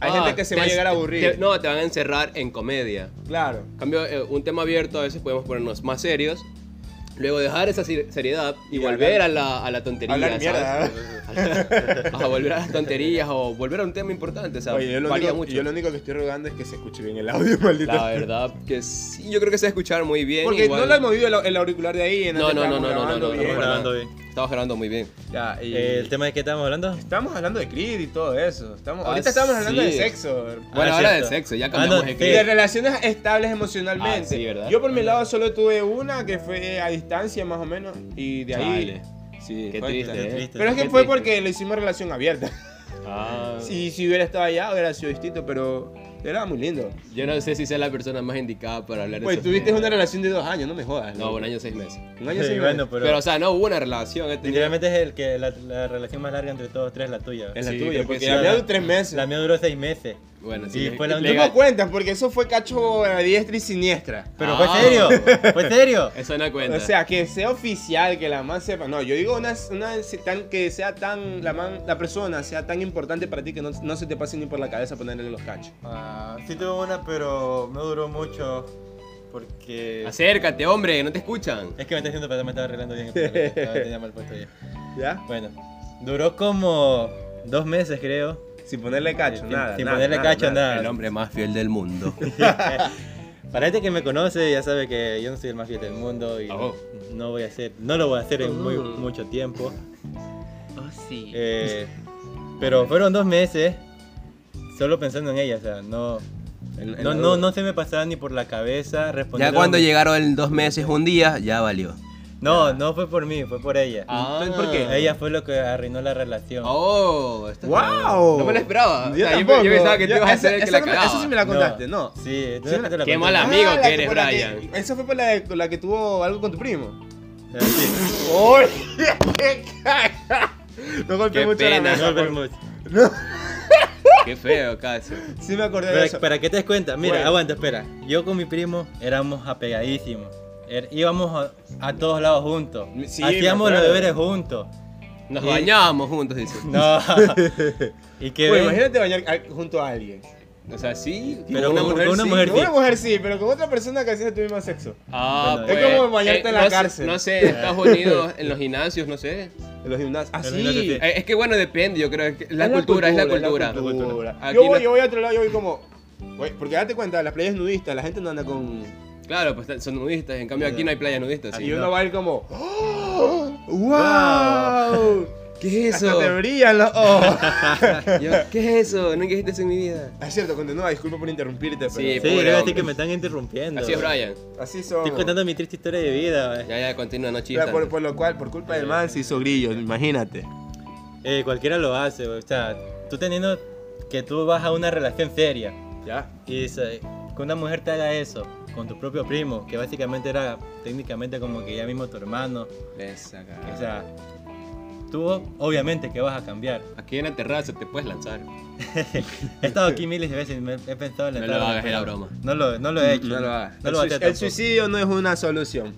Speaker 1: Hay
Speaker 3: Ah,
Speaker 1: gente que se va a
Speaker 3: te-
Speaker 1: llegar a aburrir.
Speaker 3: te- no, te van a encerrar en comedia.
Speaker 1: Claro.
Speaker 3: En cambio, eh, un tema abierto a veces podemos ponernos más serios, luego dejar esa ser- seriedad y,
Speaker 1: Y
Speaker 3: volver
Speaker 1: hablar-
Speaker 3: a la, a la tontería.
Speaker 1: hablar
Speaker 3: ¿sabes? a volver a las tonterías o volver a un tema importante, ¿sabes?
Speaker 1: Oye, yo lo,
Speaker 3: Varía
Speaker 1: único,
Speaker 3: mucho.
Speaker 1: yo lo único que estoy rogando es que se escuche bien el audio, maldito.
Speaker 3: La verdad que sí, yo creo que se va a escuchar muy bien.
Speaker 1: Porque
Speaker 3: igual.
Speaker 1: no lo he movido el, el auricular de ahí. en
Speaker 3: No,
Speaker 1: donde
Speaker 3: no, no,
Speaker 1: estábamos
Speaker 3: no, no,
Speaker 1: grabando
Speaker 3: no, no,
Speaker 1: bien.
Speaker 3: no,
Speaker 2: grabando
Speaker 3: no.
Speaker 2: bien.
Speaker 3: Estamos grabando muy bien.
Speaker 1: Ya, y-
Speaker 2: Eh, ¿El tema de qué estábamos hablando?
Speaker 1: Estamos hablando de Creed y todo eso. Estamos,
Speaker 3: Ah,
Speaker 1: ahorita estamos hablando de
Speaker 3: sí.
Speaker 1: sexo.
Speaker 3: Bueno,
Speaker 2: Ah,
Speaker 3: ahora
Speaker 2: cierto.
Speaker 3: de sexo, ya
Speaker 2: Ah,
Speaker 3: cambiamos
Speaker 2: no,
Speaker 3: de
Speaker 2: sí.
Speaker 1: Y de
Speaker 3: clip.
Speaker 1: relaciones estables emocionalmente.
Speaker 3: Ah, sí, ¿verdad?
Speaker 1: Yo por mi lado solo tuve una que fue a distancia más o menos. Y de ahí.
Speaker 3: Chale. Sí,
Speaker 1: Qué
Speaker 3: fue-
Speaker 1: triste,
Speaker 2: qué
Speaker 3: eh.
Speaker 2: triste.
Speaker 1: Pero es que
Speaker 3: Qué
Speaker 1: fue
Speaker 3: triste.
Speaker 1: porque lo hicimos en relación abierta.
Speaker 3: Ah,
Speaker 1: Si, si hubiera estado allá, hubiera sido distinto, pero era muy lindo.
Speaker 3: Yo no sé si sea la persona más indicada para hablar de
Speaker 1: Pues
Speaker 3: esos
Speaker 1: tuviste
Speaker 3: temas.
Speaker 1: una relación de dos años, no me jodas.
Speaker 3: No,
Speaker 1: loco.
Speaker 3: un año seis meses.
Speaker 1: Un año sí,
Speaker 2: bueno,
Speaker 3: Pero,
Speaker 2: pero,
Speaker 3: o sea, no hubo una relación. he tenido-
Speaker 2: literalmente es el que la, la relación más larga entre todos tres, la tuya.
Speaker 1: Es la
Speaker 3: Sí, creo
Speaker 1: tuya,
Speaker 3: que
Speaker 1: porque
Speaker 3: sí.
Speaker 1: la mía
Speaker 2: La-
Speaker 1: duró tres meses.
Speaker 2: La mía duró seis meses.
Speaker 3: Bueno,
Speaker 2: Y
Speaker 3: sí.
Speaker 2: fue la
Speaker 1: Tú
Speaker 3: legal.
Speaker 1: no cuentas, porque eso fue cacho a diestra y siniestra.
Speaker 2: Pero
Speaker 3: Ah.
Speaker 2: fue serio, fue serio.
Speaker 3: Eso no cuenta.
Speaker 1: O sea, que sea oficial, que la man sepa. No, yo digo una, una se- tan, que sea tan. La, man, la persona sea tan importante para ti que no, no se te pase ni por la cabeza ponerle los cachos.
Speaker 2: Ah, sí tuve una, pero no duró mucho porque...
Speaker 3: Acércate, hombre, no te escuchan.
Speaker 2: Es que me está haciendo pero me estaba arreglando bien. el pelo, estaba- Tenía mal puesto ya.
Speaker 1: ¿Ya?
Speaker 2: Bueno, duró como dos meses creo.
Speaker 1: Sin ponerle cacho,
Speaker 2: Sin-
Speaker 1: nada.
Speaker 2: sin
Speaker 1: nada,
Speaker 2: ponerle
Speaker 1: nada,
Speaker 2: cacho, nada.
Speaker 4: El hombre más fiel del mundo.
Speaker 2: Para gente que me conoce ya sabe que yo no soy el más fiel del mundo y
Speaker 3: Ah, vos.
Speaker 2: no voy a hacer, no lo voy a hacer en muy, mucho tiempo.
Speaker 4: sí.
Speaker 2: Eh, pero fueron dos meses solo pensando en ella, o sea, no,
Speaker 1: En- en
Speaker 2: no,
Speaker 1: la
Speaker 2: no,
Speaker 1: duda.
Speaker 2: no se me pasaba ni por la cabeza responder.
Speaker 4: Ya cuando llegaron dos meses, un día, ya valió.
Speaker 2: No, no fue por mí, fue por ella.
Speaker 3: Ah.
Speaker 1: ¿Por qué?
Speaker 2: Ella fue lo que arruinó la relación.
Speaker 3: Oh, está
Speaker 1: ¡Wow!
Speaker 3: No me lo esperaba. O
Speaker 1: Yo
Speaker 3: sea, yo,
Speaker 1: tampoco.
Speaker 3: yo pensaba que tú
Speaker 1: Yo-
Speaker 3: ibas a
Speaker 1: esa-
Speaker 3: ser el que
Speaker 1: esa
Speaker 3: la
Speaker 1: no me-
Speaker 3: cagaba.
Speaker 1: Eso sí me la contaste, ¿no.
Speaker 2: Sí,
Speaker 1: Sí,
Speaker 2: entonces
Speaker 1: una-
Speaker 2: te la
Speaker 3: qué
Speaker 2: conté.
Speaker 3: mala- Amigo que
Speaker 1: Ah, la
Speaker 3: eres,
Speaker 1: fue la que-
Speaker 3: Brian.
Speaker 1: esa fue por la, de- la que tuvo algo con tu primo.
Speaker 2: Ah, sí.
Speaker 1: ¡Oye! ¡Qué caga! No golpeé
Speaker 3: Qué
Speaker 1: mucho
Speaker 3: pena.
Speaker 1: la
Speaker 2: No,
Speaker 1: mesa.
Speaker 2: pero
Speaker 1: por-
Speaker 2: mucho.
Speaker 3: Qué feo, caso.
Speaker 1: Sí me acordé de
Speaker 2: Para,
Speaker 1: eso.
Speaker 2: para que te des cuenta, mira,
Speaker 1: Bueno.
Speaker 2: aguanta, espera. Yo con mi primo éramos apegadísimos. Er- íbamos a, a todos lados juntos.
Speaker 1: Sí, me
Speaker 2: Hacíamos los
Speaker 1: acuerdo.
Speaker 2: deberes juntos.
Speaker 3: Nos
Speaker 2: Y-
Speaker 3: bañábamos juntos, dice.
Speaker 2: No. y que
Speaker 1: Bueno,
Speaker 2: ven-
Speaker 1: Pues imagínate bañar a- junto a alguien.
Speaker 3: O sea, sí,
Speaker 2: Pero
Speaker 3: con
Speaker 2: con- con una mujer
Speaker 1: Con
Speaker 2: sí.
Speaker 1: una mujer sí, pero con otra persona que hacía tu mismo sexo.
Speaker 3: Ah,
Speaker 2: Es
Speaker 3: pues,
Speaker 1: como bañarte en la
Speaker 3: no sé-
Speaker 1: cárcel.
Speaker 3: no sé, en Estados Unidos, en los gimnasios, no sé.
Speaker 1: En los gimnasios. Ah,
Speaker 2: En los
Speaker 1: sí.
Speaker 2: gimnasios sí.
Speaker 3: Eh, Es que bueno, depende, yo creo. es que la,
Speaker 1: Es
Speaker 3: cultura, es la cultura.
Speaker 1: cultura.
Speaker 3: Aquí
Speaker 1: Yo, voy,
Speaker 3: no-
Speaker 1: yo voy a otro lado, yo voy como. güey, porque date cuenta, las playas nudistas, la gente no anda con.
Speaker 3: Claro, pues son nudistas. En cambio, aquí no hay playas nudistas. sí.
Speaker 1: y uno
Speaker 3: No.
Speaker 1: va a ir como. ¡Oh! ¡Wow!
Speaker 3: ¿Qué es
Speaker 1: Hasta
Speaker 3: eso?
Speaker 1: te brillan los ojos.
Speaker 3: Yo, ¿Qué es eso? Nunca dijiste eso en mi vida.
Speaker 1: es cierto, continúa, disculpa por interrumpirte, pero.
Speaker 3: Sí,
Speaker 2: Sí,
Speaker 3: pobre
Speaker 2: era así
Speaker 3: hombre.
Speaker 2: que me están interrumpiendo.
Speaker 3: Así es, Brian.
Speaker 1: Así son.
Speaker 2: Estoy contando mi triste historia de vida. güey.
Speaker 3: Ya, ya, continúa, no
Speaker 1: Mira,
Speaker 3: chistes.
Speaker 1: por, por lo cual, por culpa del man se hizo grillo, imagínate.
Speaker 2: Eh, cualquiera lo hace, güey. O sea, tú teniendo que tú vas a una relación seria
Speaker 1: Ya.
Speaker 2: y se- que una mujer te haga eso con tu propio primo, que básicamente era técnicamente como que ya mismo tu hermano. O sea, tú obviamente que vas a cambiar.
Speaker 3: Aquí en la terraza te puedes lanzar.
Speaker 2: He estado aquí miles de veces y me he pensado en
Speaker 3: No
Speaker 2: la
Speaker 3: lo hagas, era broma.
Speaker 2: No lo, no lo he hecho.
Speaker 1: No lo hagas.
Speaker 2: No
Speaker 1: el,
Speaker 2: lo
Speaker 1: sui-
Speaker 2: voy a hacer
Speaker 1: el
Speaker 2: tampoco.
Speaker 1: suicidio no es una solución.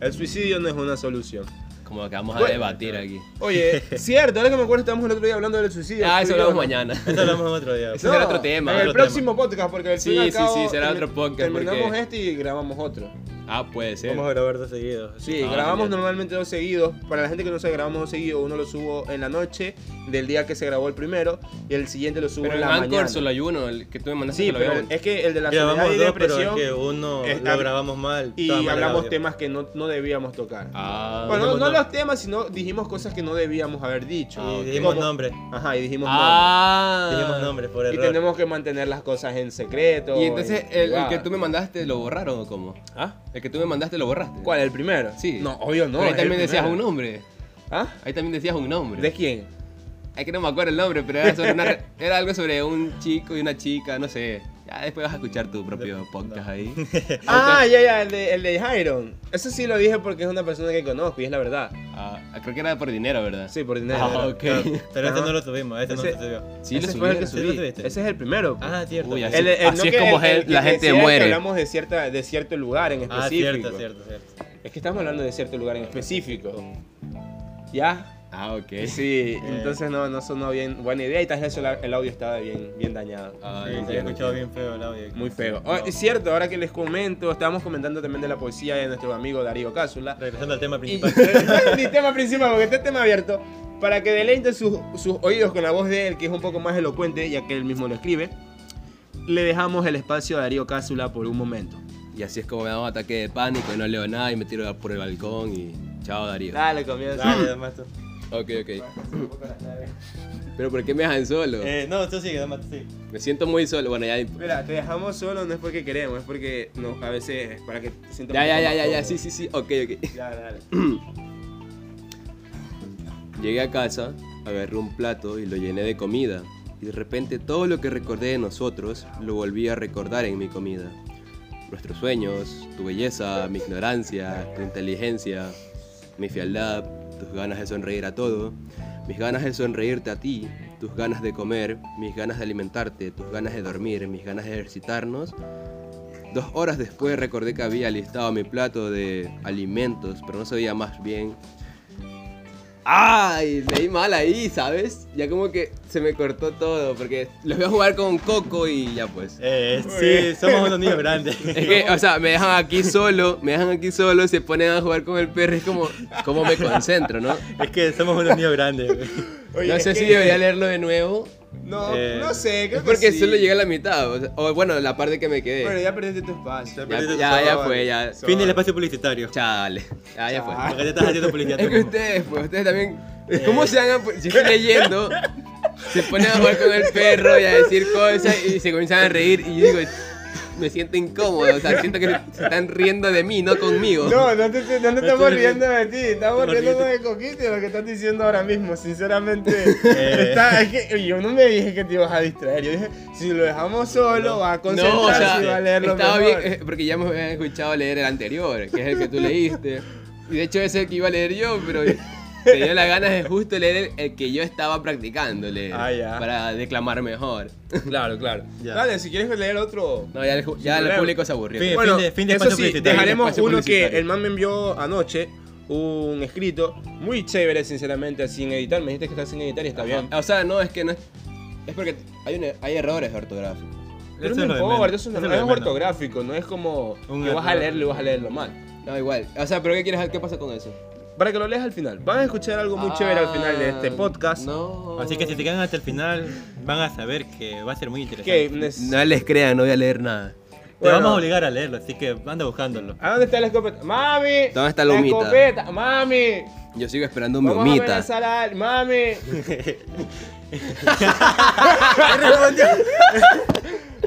Speaker 1: El suicidio no es una solución.
Speaker 3: Como que vamos a
Speaker 1: Bueno.
Speaker 3: debatir aquí.
Speaker 1: Oye, cierto, ahora que me acuerdo, estábamos el otro día hablando del suicidio.
Speaker 3: Ah,
Speaker 1: tú
Speaker 3: eso
Speaker 1: y yo,
Speaker 3: hablamos
Speaker 1: ¿no?
Speaker 3: mañana.
Speaker 2: Eso hablamos en otro día.
Speaker 3: Eso será otro tema.
Speaker 1: En el
Speaker 2: Otro tema.
Speaker 1: próximo podcast, porque al
Speaker 3: Sí,
Speaker 1: fin y al
Speaker 3: sí,
Speaker 1: cabo,
Speaker 3: sí, será
Speaker 1: termi-
Speaker 3: otro podcast,
Speaker 1: Terminamos
Speaker 3: porque-
Speaker 1: este y grabamos otro.
Speaker 3: Ah, puede ser.
Speaker 2: Vamos a grabar dos seguidos.
Speaker 1: Sí,
Speaker 3: Ah,
Speaker 1: grabamos
Speaker 3: genial.
Speaker 1: normalmente dos seguidos. Para la gente que no sabe, grabamos dos seguidos. Uno lo subo en la noche del día que se grabó el primero y el siguiente lo subo
Speaker 3: Pero
Speaker 1: en
Speaker 3: en
Speaker 1: la
Speaker 3: Anchor
Speaker 1: mañana.
Speaker 3: solo hay uno, el que tú me mandaste
Speaker 1: Sí,
Speaker 3: que lo
Speaker 1: pero
Speaker 3: veamos.
Speaker 1: es que el de la soledad
Speaker 2: Grabamos
Speaker 1: y
Speaker 2: dos, pero es
Speaker 1: depresión
Speaker 2: que uno
Speaker 1: es-
Speaker 2: lo grabamos mal.
Speaker 1: y
Speaker 2: estaba mal el
Speaker 1: hablamos
Speaker 2: audio.
Speaker 1: temas que no, no debíamos tocar.
Speaker 3: Ah,
Speaker 1: bueno, no,
Speaker 2: dijimos
Speaker 1: no
Speaker 2: no.
Speaker 1: los temas, sino dijimos cosas que no debíamos haber dicho.
Speaker 3: Ah,
Speaker 2: Y
Speaker 3: ok.
Speaker 2: dijimos
Speaker 1: Como-
Speaker 2: nombres.
Speaker 1: Ajá, y dijimos
Speaker 3: ah.
Speaker 2: Dijimos nombres por
Speaker 1: nombres. Y
Speaker 2: error.
Speaker 1: tenemos que mantener las cosas en secreto.
Speaker 3: Y entonces
Speaker 1: y-
Speaker 3: el, el
Speaker 1: guau.
Speaker 3: que tú me mandaste lo borraron o cómo?
Speaker 1: ¿Ah?
Speaker 3: El que tú me mandaste lo borraste.
Speaker 1: ¿Cuál? ¿El primero?
Speaker 3: Sí.
Speaker 1: No, obvio no.
Speaker 3: Pero ahí
Speaker 1: es
Speaker 3: también
Speaker 1: el
Speaker 3: decías un
Speaker 1: primero.
Speaker 3: nombre.
Speaker 1: ¿Ah?
Speaker 3: Ahí también decías un nombre.
Speaker 1: ¿De quién?
Speaker 3: Es que no me acuerdo el nombre, pero era, sobre una re- era algo sobre un chico y una chica, no sé. Ya después vas a escuchar tu propio podcast ahí.
Speaker 1: Ah, ya, ya, el de, el de Jairon. Eso sí lo dije porque es una persona que conozco y es la verdad.
Speaker 3: Ah, creo que era por dinero, ¿verdad?
Speaker 1: Sí, por dinero.
Speaker 3: Ah, ok.
Speaker 2: Claro, Pero este
Speaker 1: Ajá.
Speaker 2: no lo tuvimos, este no
Speaker 1: Ese-
Speaker 2: se subió.
Speaker 3: Sí, lo
Speaker 1: Ese fue el que
Speaker 3: subieron.
Speaker 2: Sí, lo
Speaker 1: subí.
Speaker 2: subiste.
Speaker 1: Ese es el primero. pues.
Speaker 2: Ah, cierto.
Speaker 3: Uy,
Speaker 2: Ah,
Speaker 3: así-
Speaker 1: El- el-
Speaker 3: así
Speaker 1: no
Speaker 3: es
Speaker 1: que-
Speaker 3: como
Speaker 1: el-
Speaker 3: gen-
Speaker 1: el
Speaker 3: la
Speaker 1: que
Speaker 3: gente
Speaker 1: decía que
Speaker 3: muere.
Speaker 1: Hablamos de, cierta, de cierto lugar en específico.
Speaker 2: Ah, cierto, cierto, cierto.
Speaker 1: Es que estamos hablando de cierto lugar en específico. ¿Ya?
Speaker 3: Ah, ok.
Speaker 1: Sí, entonces no, no sonó bien buena idea y tal vez el el audio estaba bien, bien dañado.
Speaker 3: Ah,
Speaker 2: Sí, se ha
Speaker 3: entiendo.
Speaker 2: escuchado bien feo el audio.
Speaker 1: Muy feo. Ah, es cierto, ahora que les comento, estábamos comentando también de la poesía de nuestro amigo Darío Cásula.
Speaker 2: Regresando al tema
Speaker 1: Y
Speaker 2: principal.
Speaker 1: mi tema principal, porque este es tema abierto, para que deleiten sus, sus oídos con la voz de él, que es un poco más elocuente, ya que él mismo lo escribe, le dejamos el espacio a Darío Cásula por un momento.
Speaker 3: Y así es como me da un ataque de pánico y no leo nada y me tiro por el balcón y chao Darío.
Speaker 1: Dale, comienza.
Speaker 2: Dale, además tú.
Speaker 3: Ok,
Speaker 1: Ah,
Speaker 3: ok. Pero ¿por qué me dejan solo?
Speaker 2: Eh, no, tú sigue, además tú sigue.
Speaker 3: Me siento muy solo. Bueno, ya...
Speaker 1: Mira, te dejamos solo no es porque queremos, es porque no, a veces para que sientas
Speaker 3: Ya,
Speaker 1: un
Speaker 3: ya,
Speaker 1: poco
Speaker 3: ya,
Speaker 1: más
Speaker 3: ya, ya.
Speaker 1: cómodo.
Speaker 3: Sí, sí, sí. Ok, ok.
Speaker 1: Ya, dale.
Speaker 3: Llegué a casa, agarré un plato y lo llené de comida. Y de repente todo lo que recordé de nosotros lo volví a recordar en mi comida. Nuestros sueños, tu belleza, mi ignorancia, tu inteligencia, mi fialdad, tus ganas de sonreír a todo, mis ganas de sonreírte a ti, tus ganas de comer, mis ganas de alimentarte, tus ganas de dormir, mis ganas de ejercitarnos. Dos horas después recordé que había listado mi plato de alimentos, pero no sabía más bien Ay, leí mal ahí, ¿sabes? Ya como que se me cortó todo, porque los voy a jugar con Coco y ya pues.
Speaker 2: Eh,
Speaker 1: Muy
Speaker 2: sí,
Speaker 1: bien.
Speaker 2: somos unos niños grandes.
Speaker 3: Es que, o sea, me dejan aquí solo, me dejan aquí solo, se ponen a jugar con el perro, es como, ¿cómo me concentro, no?
Speaker 2: Es que somos unos niños grandes. güey.
Speaker 1: Oye,
Speaker 3: No
Speaker 1: es
Speaker 3: sé
Speaker 1: que-
Speaker 3: si debería leerlo de nuevo,
Speaker 1: No,
Speaker 2: Eh,
Speaker 1: no sé, creo
Speaker 3: es porque
Speaker 1: que sí.
Speaker 3: solo llegué a la mitad, o, sea, o bueno, la parte que me
Speaker 1: Pero
Speaker 3: quedé.
Speaker 1: ya perdiste tu espacio.
Speaker 3: Ya,
Speaker 2: perdiste
Speaker 3: ya,
Speaker 2: todo,
Speaker 3: ya
Speaker 2: vale.
Speaker 3: fue, ya.
Speaker 2: Fin del espacio publicitario.
Speaker 3: Chale, ah, ya, ya
Speaker 1: Chale.
Speaker 3: fue.
Speaker 2: Porque te estás haciendo publicidad tú
Speaker 3: Es que
Speaker 2: mismo.
Speaker 3: ustedes, pues, ustedes también, ¿cómo se han, ap- si estoy leyendo? Se ponen a jugar con el perro y a decir cosas y se comienzan a reír y yo digo, me siento incómodo, o sea, siento que se están riendo de mí, no conmigo.
Speaker 1: No, no, te, te- no nos estamos
Speaker 2: estoy
Speaker 1: riendo de ti, estamos
Speaker 2: Estamos
Speaker 1: riendo de
Speaker 2: riendo.
Speaker 1: Coquito y de lo que estás diciendo ahora mismo, sinceramente.
Speaker 2: Eh.
Speaker 1: Está- es que- yo no me dije que te ibas a distraer, yo dije, si lo dejamos solo,
Speaker 2: No.
Speaker 1: va a concentrarse
Speaker 3: No, o sea,
Speaker 1: y va a leerlo
Speaker 3: estaba bien,
Speaker 1: mejor.
Speaker 3: eh, porque ya me habían escuchado leer el anterior, que es el que tú leíste. Y de hecho ese que iba a leer yo, pero te dio las ganas de justo leer el, el que yo estaba practicando leer.
Speaker 2: Ah, ya.
Speaker 3: Para declamar mejor.
Speaker 1: Claro, claro.
Speaker 2: Ya. Eh,
Speaker 1: Dale, si quieres leer otro.
Speaker 3: No, ya el, ju- ya
Speaker 1: Sí,
Speaker 3: el
Speaker 1: claro.
Speaker 3: público se aburrió.
Speaker 2: Fin.
Speaker 1: Bueno,
Speaker 2: de- fin de
Speaker 1: eso
Speaker 2: espacio
Speaker 1: sí,
Speaker 2: publicitario.
Speaker 1: dejaremos
Speaker 3: Espacio
Speaker 1: uno que
Speaker 3: publicitario.
Speaker 1: el man me envió anoche. Un escrito muy chévere, sinceramente, sin editar. Me dijiste que está sin editar y está bien.
Speaker 3: O sea, no, es que no es. Es porque hay, un- hay errores ortográficos.
Speaker 1: Pero
Speaker 2: Eso
Speaker 1: no
Speaker 2: es lo de
Speaker 1: importa,
Speaker 2: menos.
Speaker 1: eso no
Speaker 2: Eso
Speaker 1: es
Speaker 2: es lo de menos.
Speaker 1: ortográfico, no es como
Speaker 2: Un
Speaker 1: que vas a
Speaker 2: error.
Speaker 1: leerlo y vas a leerlo mal.
Speaker 3: No, igual. O sea, pero ¿qué quieres ¿Qué pasa con eso?
Speaker 1: Para que lo leas al final. Van a escuchar algo muy chévere al final de este
Speaker 3: Ah,
Speaker 1: podcast.
Speaker 3: No.
Speaker 2: Así que si te quedan hasta el final, van a saber que va a ser muy interesante.
Speaker 1: Que neces-
Speaker 4: No les crean, no voy a leer nada.
Speaker 2: Te
Speaker 1: Bueno.
Speaker 2: vamos a obligar a leerlo, así que anda buscándolo.
Speaker 1: ¿A dónde está la escopeta? ¡Mami!
Speaker 4: ¿Dónde está
Speaker 1: la
Speaker 4: la humita?
Speaker 1: escopeta? ¡Mami!
Speaker 4: Yo sigo esperando mi
Speaker 1: Vamos a
Speaker 4: humita.
Speaker 1: amenazar a al... ¡Mami!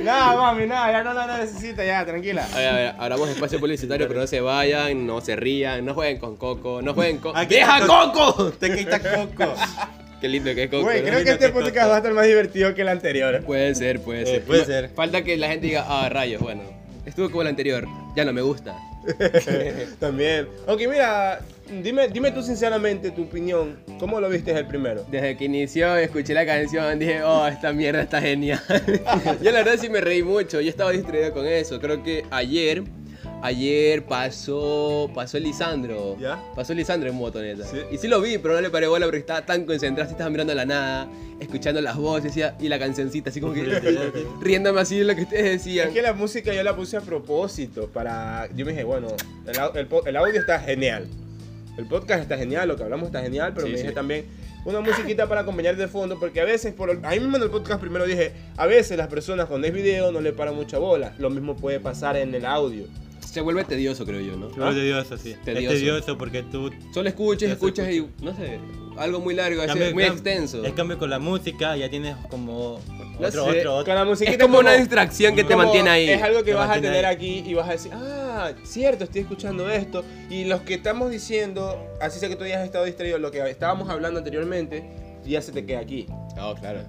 Speaker 1: nada, mami, nada, ya no la necesita, ya, tranquila.
Speaker 3: A ver, a ver, abramos espacio publicitario, pero no se vayan, no se rían, no jueguen con Coco, no jueguen con.
Speaker 2: Aquí
Speaker 3: ¡Vieja
Speaker 2: está
Speaker 3: Coco!
Speaker 2: Te quita coco.
Speaker 3: Qué lindo que es Coco.
Speaker 1: Güey,
Speaker 3: ¿no?
Speaker 1: creo que este podcast va a estar más divertido que el anterior.
Speaker 3: Puede ser, puede
Speaker 2: Eh,
Speaker 3: ser.
Speaker 2: puede
Speaker 3: No,
Speaker 2: ser.
Speaker 3: Falta que la gente diga, ah, rayos, bueno. Estuvo como el anterior, ya no me gusta.
Speaker 1: También. Ok, mira, dime, dime tú sinceramente tu opinión. ¿Cómo lo viste el primero?
Speaker 3: Desde que inició, escuché la canción, dije, oh, esta mierda está genial. yo la verdad sí me reí mucho, yo estaba distraído con eso. Creo que ayer, ayer pasó, pasó Lisandro.
Speaker 1: ¿Ya?
Speaker 3: Pasó Lisandro en motoneta.
Speaker 1: Sí.
Speaker 3: Y sí lo vi, pero no le paré bola porque estaba tan concentrado, así estaba mirando a la nada, escuchando las voces y- y la cancioncita, así como que riéndome así de lo que ustedes decían.
Speaker 1: Es que la música yo la puse a propósito para... Yo me dije, bueno, el, au- el po- el audio está genial. El podcast está genial, lo que hablamos está genial, pero
Speaker 3: Sí,
Speaker 1: me dije
Speaker 3: sí.
Speaker 1: también una musiquita para acompañar de fondo, porque a veces, por, a mí mismo en el podcast primero dije, a veces las personas cuando es video no le paran mucha bola. Lo mismo puede pasar en el audio.
Speaker 3: Se vuelve tedioso, creo yo, ¿no?
Speaker 2: Pero es tedioso, sí.
Speaker 3: Tedioso.
Speaker 2: Es tedioso porque tú.
Speaker 3: Solo escuchas,
Speaker 2: Ya se
Speaker 3: escuchas y, no sé, algo muy largo, así,
Speaker 2: cambio-
Speaker 3: muy
Speaker 2: cam-
Speaker 3: extenso.
Speaker 2: En cambio, con la música ya tienes como
Speaker 3: No
Speaker 2: otro,
Speaker 3: sé,
Speaker 2: otro,
Speaker 1: Con
Speaker 2: otro.
Speaker 1: la musiquita
Speaker 3: Es como una
Speaker 1: como-
Speaker 3: distracción que te
Speaker 1: Como
Speaker 3: mantiene ahí.
Speaker 1: Es algo que
Speaker 2: Te
Speaker 1: vas a
Speaker 2: mantiene
Speaker 1: tener
Speaker 2: ahí.
Speaker 1: aquí y vas a decir, ah, cierto, estoy escuchando esto. Y los que estamos diciendo, así sea que tú hayas estado distraído, lo que estábamos hablando anteriormente, ya se te queda aquí.
Speaker 3: No, Oh, claro.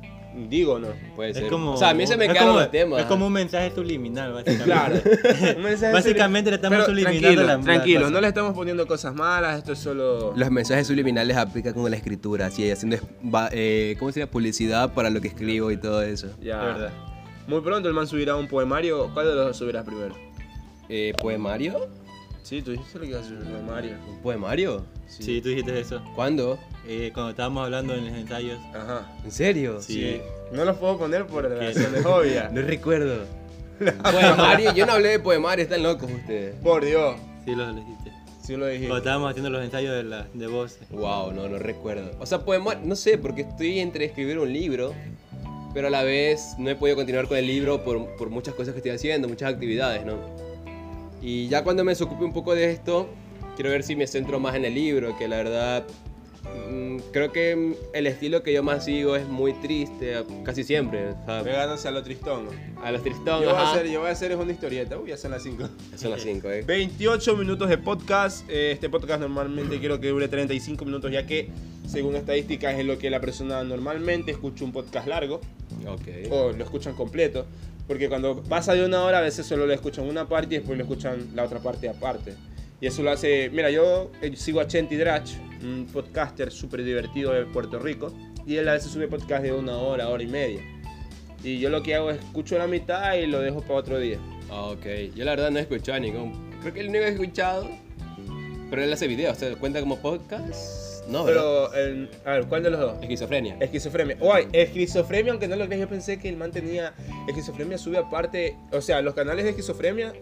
Speaker 1: Digo, ¿no?
Speaker 3: Puede
Speaker 2: Es
Speaker 3: ser.
Speaker 2: como,
Speaker 3: o sea, a mí se me
Speaker 2: es
Speaker 3: quedaron
Speaker 2: como-
Speaker 3: los temas.
Speaker 2: Es como un mensaje subliminal, básicamente.
Speaker 1: Claro. Un mensaje
Speaker 2: Básicamente le estamos subliminando
Speaker 1: tranquilo,
Speaker 2: la- la
Speaker 1: Tranquilo,
Speaker 2: cosa.
Speaker 1: no le estamos poniendo cosas malas, esto es solo...
Speaker 4: Los mensajes subliminales aplican con la escritura, así haciendo, es- va- eh, ¿cómo sería? Publicidad para lo que escribo y todo eso.
Speaker 1: Ya.
Speaker 2: De verdad.
Speaker 1: Muy pronto el man subirá un poemario. ¿Cuál de los dos subirás primero?
Speaker 3: Eh, ¿Poemario?
Speaker 1: Sí, tú dijiste lo que ibas a subir un poemario.
Speaker 3: ¿Un poemario?
Speaker 2: Sí, tú dijiste eso.
Speaker 3: ¿Cuándo?
Speaker 2: Eh, cuando estábamos hablando en los ensayos.
Speaker 1: Ajá.
Speaker 3: ¿En serio?
Speaker 2: Sí.
Speaker 1: No los puedo poner por razones obvias.
Speaker 4: No recuerdo.
Speaker 3: ¿Poemario? Yo no hablé de poemario, están locos ustedes.
Speaker 1: Por Dios.
Speaker 2: Sí, lo dijiste.
Speaker 1: Sí lo dije.
Speaker 2: Cuando estábamos haciendo los ensayos de, la, de voces.
Speaker 3: Wow, no, no recuerdo. O sea, poemario, no sé, porque estoy entre escribir un libro, pero a la vez no he podido continuar con el libro por, por muchas cosas que estoy haciendo, muchas actividades, ¿no? Y ya cuando me desocupe un poco de esto, quiero ver si me centro más en el libro, que la verdad mm, creo que mm, el estilo que yo más sigo es muy triste, casi siempre, o sea,
Speaker 1: Veganos a lo tristón.
Speaker 3: A los tristón,
Speaker 1: Yo voy, a
Speaker 3: ajá.
Speaker 1: hacer, yo voy a hacer es una historieta. Uy, ya son las 5.
Speaker 3: Son las 5, eh.
Speaker 1: 28 minutos de podcast. Eh, Este podcast normalmente quiero que dure 35 minutos, ya que según estadísticas es lo que la persona normalmente escucha un podcast largo
Speaker 3: Ok.
Speaker 1: o lo escuchan completo. Porque cuando pasa de una hora, a veces solo lo escuchan una parte y después lo escuchan la otra parte aparte. Y eso lo hace. Mira, yo eh, sigo a Chenti Drach, un podcaster súper divertido de Puerto Rico. Y él a veces sube podcast de una hora, hora y media. Y yo lo que hago es escucho la mitad y lo dejo para otro día.
Speaker 3: Ah, Ok. Yo la verdad no he escuchado ningún. Creo que el único que he escuchado. Pero él hace videos, ¿se cuenta como podcast? No, ¿verdad?
Speaker 1: Pero, el- a ver, ¿cuál de los dos?
Speaker 3: Esquizofrenia.
Speaker 1: Esquizofrenia. Oye, esquizofrenia, aunque no lo creas, yo pensé que el man tenía. Esquizofrenia sube aparte. O sea, los canales de esquizofrenia,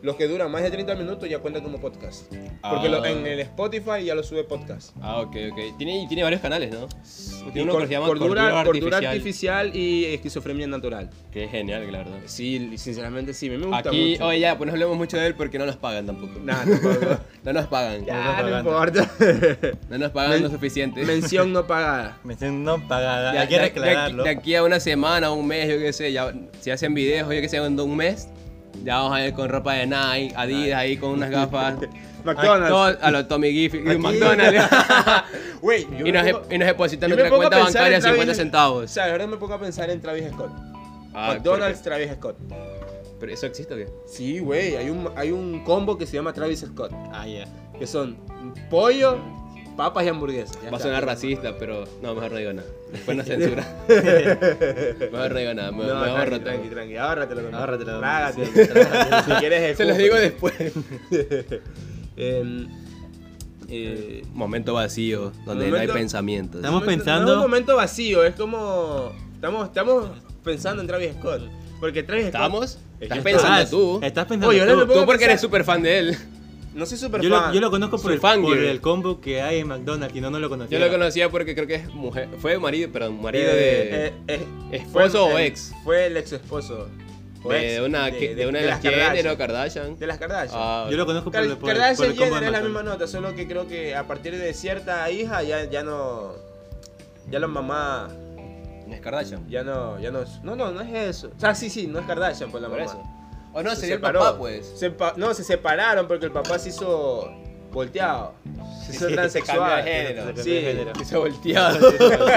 Speaker 1: los que duran más de 30 minutos, ya cuentan como podcast. Porque
Speaker 3: Ah.
Speaker 1: lo- en el Spotify ya lo sube podcast.
Speaker 3: Ah, ok, ok. Tiene, y tiene varios canales, ¿no?
Speaker 1: Y
Speaker 3: Tiene uno
Speaker 1: cor-
Speaker 3: que se llama
Speaker 1: cordura,
Speaker 3: Cordura,
Speaker 1: cordura
Speaker 3: Artificial.
Speaker 1: artificial y esquizofrenia natural.
Speaker 3: Que es genial, la verdad.
Speaker 1: Sí, sinceramente sí, me gusta
Speaker 3: Aquí,
Speaker 1: mucho.
Speaker 3: oye, ya, pues no hablemos mucho de él porque no nos pagan tampoco.
Speaker 1: Nah, no, no, no.
Speaker 3: No nos pagan.
Speaker 1: Ya, no
Speaker 2: No
Speaker 1: importa.
Speaker 3: No nos pagan lo
Speaker 1: Men-
Speaker 3: suficiente.
Speaker 1: Mención no pagada.
Speaker 2: Mención no pagada.
Speaker 3: De-
Speaker 2: Hay que
Speaker 3: de- de-
Speaker 2: reclararlo.
Speaker 3: De, aquí a una semana, un mes, yo qué sé, ya, si hacen videos, yo qué sé, en un mes, ya vamos a ir con ropa de Nike, Adidas, ahí con unas gafas.
Speaker 1: McDonald's.
Speaker 3: Ay, to- A los Tommy Gifford,
Speaker 1: Aquí.
Speaker 3: McDonald's.
Speaker 1: Güey, yo
Speaker 3: y, nos,
Speaker 1: me pongo-
Speaker 3: y nos depositan
Speaker 1: yo me
Speaker 3: nuestra
Speaker 1: pongo a
Speaker 3: cuenta
Speaker 1: pensar
Speaker 3: bancaria
Speaker 1: en Travis-
Speaker 3: 50
Speaker 1: O
Speaker 3: centavos.
Speaker 1: sea, ahora me pongo a pensar en Travis Scott.
Speaker 3: Ah,
Speaker 1: McDonald's, Travis Scott.
Speaker 3: porque- ¿Pero eso existe o qué?
Speaker 1: Sí, güey, hay un, hay un combo que se llama Travis Scott,
Speaker 2: Ah, ya.
Speaker 1: que son pollo, Papas y hamburguesas. ya
Speaker 3: Va a
Speaker 1: está.
Speaker 3: sonar racista, pero no, mejor no digo nada. Después no censura. mejor no digo nada, me,
Speaker 1: No,
Speaker 3: me ahorro
Speaker 1: tranqui,
Speaker 3: todo.
Speaker 1: tranqui, tranqui. Ahórratelo. también.
Speaker 2: Ahórratelo.
Speaker 1: Trágatelo.
Speaker 2: Sí.
Speaker 1: Si quieres,
Speaker 3: Se los digo después.
Speaker 1: Em, eh,
Speaker 4: Momento vacío, donde no hay
Speaker 1: Momento-
Speaker 4: pensamientos.
Speaker 2: Estamos- pensando-
Speaker 1: No es un momento vacío, es como. Estamos, estamos pensando en Travis Scott. Porque Travis Scott.
Speaker 3: ¿Estamos? Estás
Speaker 1: Estás-
Speaker 3: pensando tú.
Speaker 2: Estás pensando
Speaker 1: Oye, ahora
Speaker 2: tú.
Speaker 1: me pongo
Speaker 3: Tú porque
Speaker 1: pensar-
Speaker 3: eres súper fan de él.
Speaker 1: No soy super
Speaker 2: Yo
Speaker 1: fan.
Speaker 2: lo, yo lo conozco por
Speaker 3: Soy
Speaker 2: el,
Speaker 3: fan,
Speaker 2: por
Speaker 3: yo.
Speaker 2: el combo que hay en McDonald's y no, no lo conocía.
Speaker 3: Yo lo conocía porque creo que es mujer. Fue marido, perdón, marido
Speaker 1: Eh,
Speaker 3: de.
Speaker 1: eh, eh,
Speaker 3: ¿Esposo
Speaker 1: fue-
Speaker 3: o
Speaker 1: eh,
Speaker 3: ex?
Speaker 1: Fue el ex esposo.
Speaker 3: De una que- de una de las Jenner
Speaker 1: Kardashian.
Speaker 3: o Kardashian.
Speaker 1: De las Kardashian.
Speaker 3: Ah,
Speaker 2: Yo lo conozco por, el-
Speaker 1: Kar-
Speaker 2: por el- por
Speaker 1: Kardashian
Speaker 2: el
Speaker 1: y
Speaker 2: combo
Speaker 1: Jenner
Speaker 2: de
Speaker 1: es la misma
Speaker 2: McDonald's.
Speaker 1: nota, solo que creo que a partir de cierta hija ya, ya no. Ya la mamá.
Speaker 3: ¿no es Kardashian.
Speaker 1: Ya no. Ya no, es- no, no, no es eso. O sea, sí, sí, no es Kardashian, pues la
Speaker 3: Por
Speaker 1: mamá.
Speaker 3: eso. O no,
Speaker 1: Se
Speaker 3: sería el
Speaker 1: separó.
Speaker 3: papá, pues.
Speaker 1: Se pa- no, se separaron porque el papá se hizo volteado. Se hizo transexual.
Speaker 3: Cambio de género.
Speaker 1: Sí.
Speaker 3: Que se ha volteado.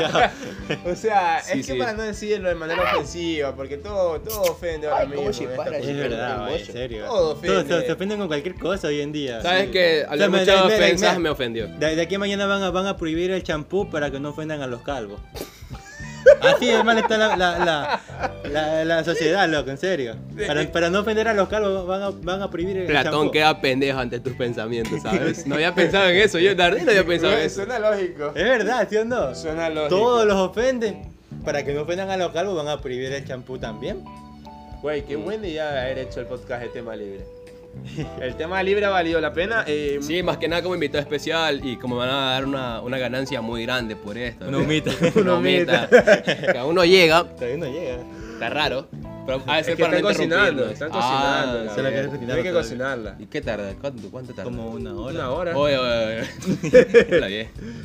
Speaker 1: O sea,
Speaker 3: Sí,
Speaker 1: es que
Speaker 3: sí.
Speaker 1: para no decirlo de manera ofensiva, porque todo, todo ofende ahora
Speaker 3: Ay,
Speaker 1: mismo. ¿eh?
Speaker 3: cómo
Speaker 1: en esta
Speaker 3: chipara,
Speaker 1: cosa.
Speaker 2: Es
Speaker 3: Sí,
Speaker 2: verdad,
Speaker 3: pero
Speaker 2: güey, en
Speaker 3: hermoso.
Speaker 2: serio.
Speaker 1: Todo ofende.
Speaker 2: Todos se, se ofenden con cualquier cosa hoy en día.
Speaker 3: ¿Sabes
Speaker 2: sí.
Speaker 3: que
Speaker 2: O sea,
Speaker 3: al ver
Speaker 2: me-
Speaker 3: muchas
Speaker 2: me- me-
Speaker 3: ofensas
Speaker 2: me-
Speaker 3: me ofendió?
Speaker 2: De, de aquí a mañana van a, van a prohibir el champú para que no ofendan a los calvos. Así de mal está la, la, la, la- la sociedad, loco, en serio. Para, para no ofender a los calvos van a, van a prohibir el
Speaker 3: Platón
Speaker 2: champú.
Speaker 3: queda pendejo ante tus pensamientos, ¿sabes? No había pensado en eso. Yo Dardín no había pensado en
Speaker 1: Suena,
Speaker 3: eso.
Speaker 1: suena lógico.
Speaker 2: Es verdad, ¿sí o no?
Speaker 1: Suena lógico.
Speaker 2: Todos los ofenden. Para que no ofendan a los calvos van a prohibir el champú también.
Speaker 1: Güey, qué
Speaker 3: Mm.
Speaker 1: bueno ya haber hecho el podcast de tema libre. El tema libre ha valido la pena. eh,
Speaker 3: Sí, más que nada como invitado especial y como van a dar una, una ganancia muy grande por esto.
Speaker 2: Una humita.
Speaker 3: Una humita. Que uno llega,
Speaker 2: Todavía no llega. ¿eh?
Speaker 3: está raro, pero a veces
Speaker 1: Es que
Speaker 3: para
Speaker 1: están
Speaker 3: no
Speaker 1: cocinando,
Speaker 3: interrumpirnos.
Speaker 1: están
Speaker 3: Ah,
Speaker 1: cocinando.
Speaker 2: se la
Speaker 1: Gabriel.
Speaker 2: quieres cocinar
Speaker 1: Hay que
Speaker 2: otra vez.
Speaker 1: cocinarla.
Speaker 3: ¿Y qué tarda? ¿Cuánto, cuánto tarda?
Speaker 2: Como una hora.
Speaker 1: Una hora.
Speaker 3: Oye, oye, oye. La vi.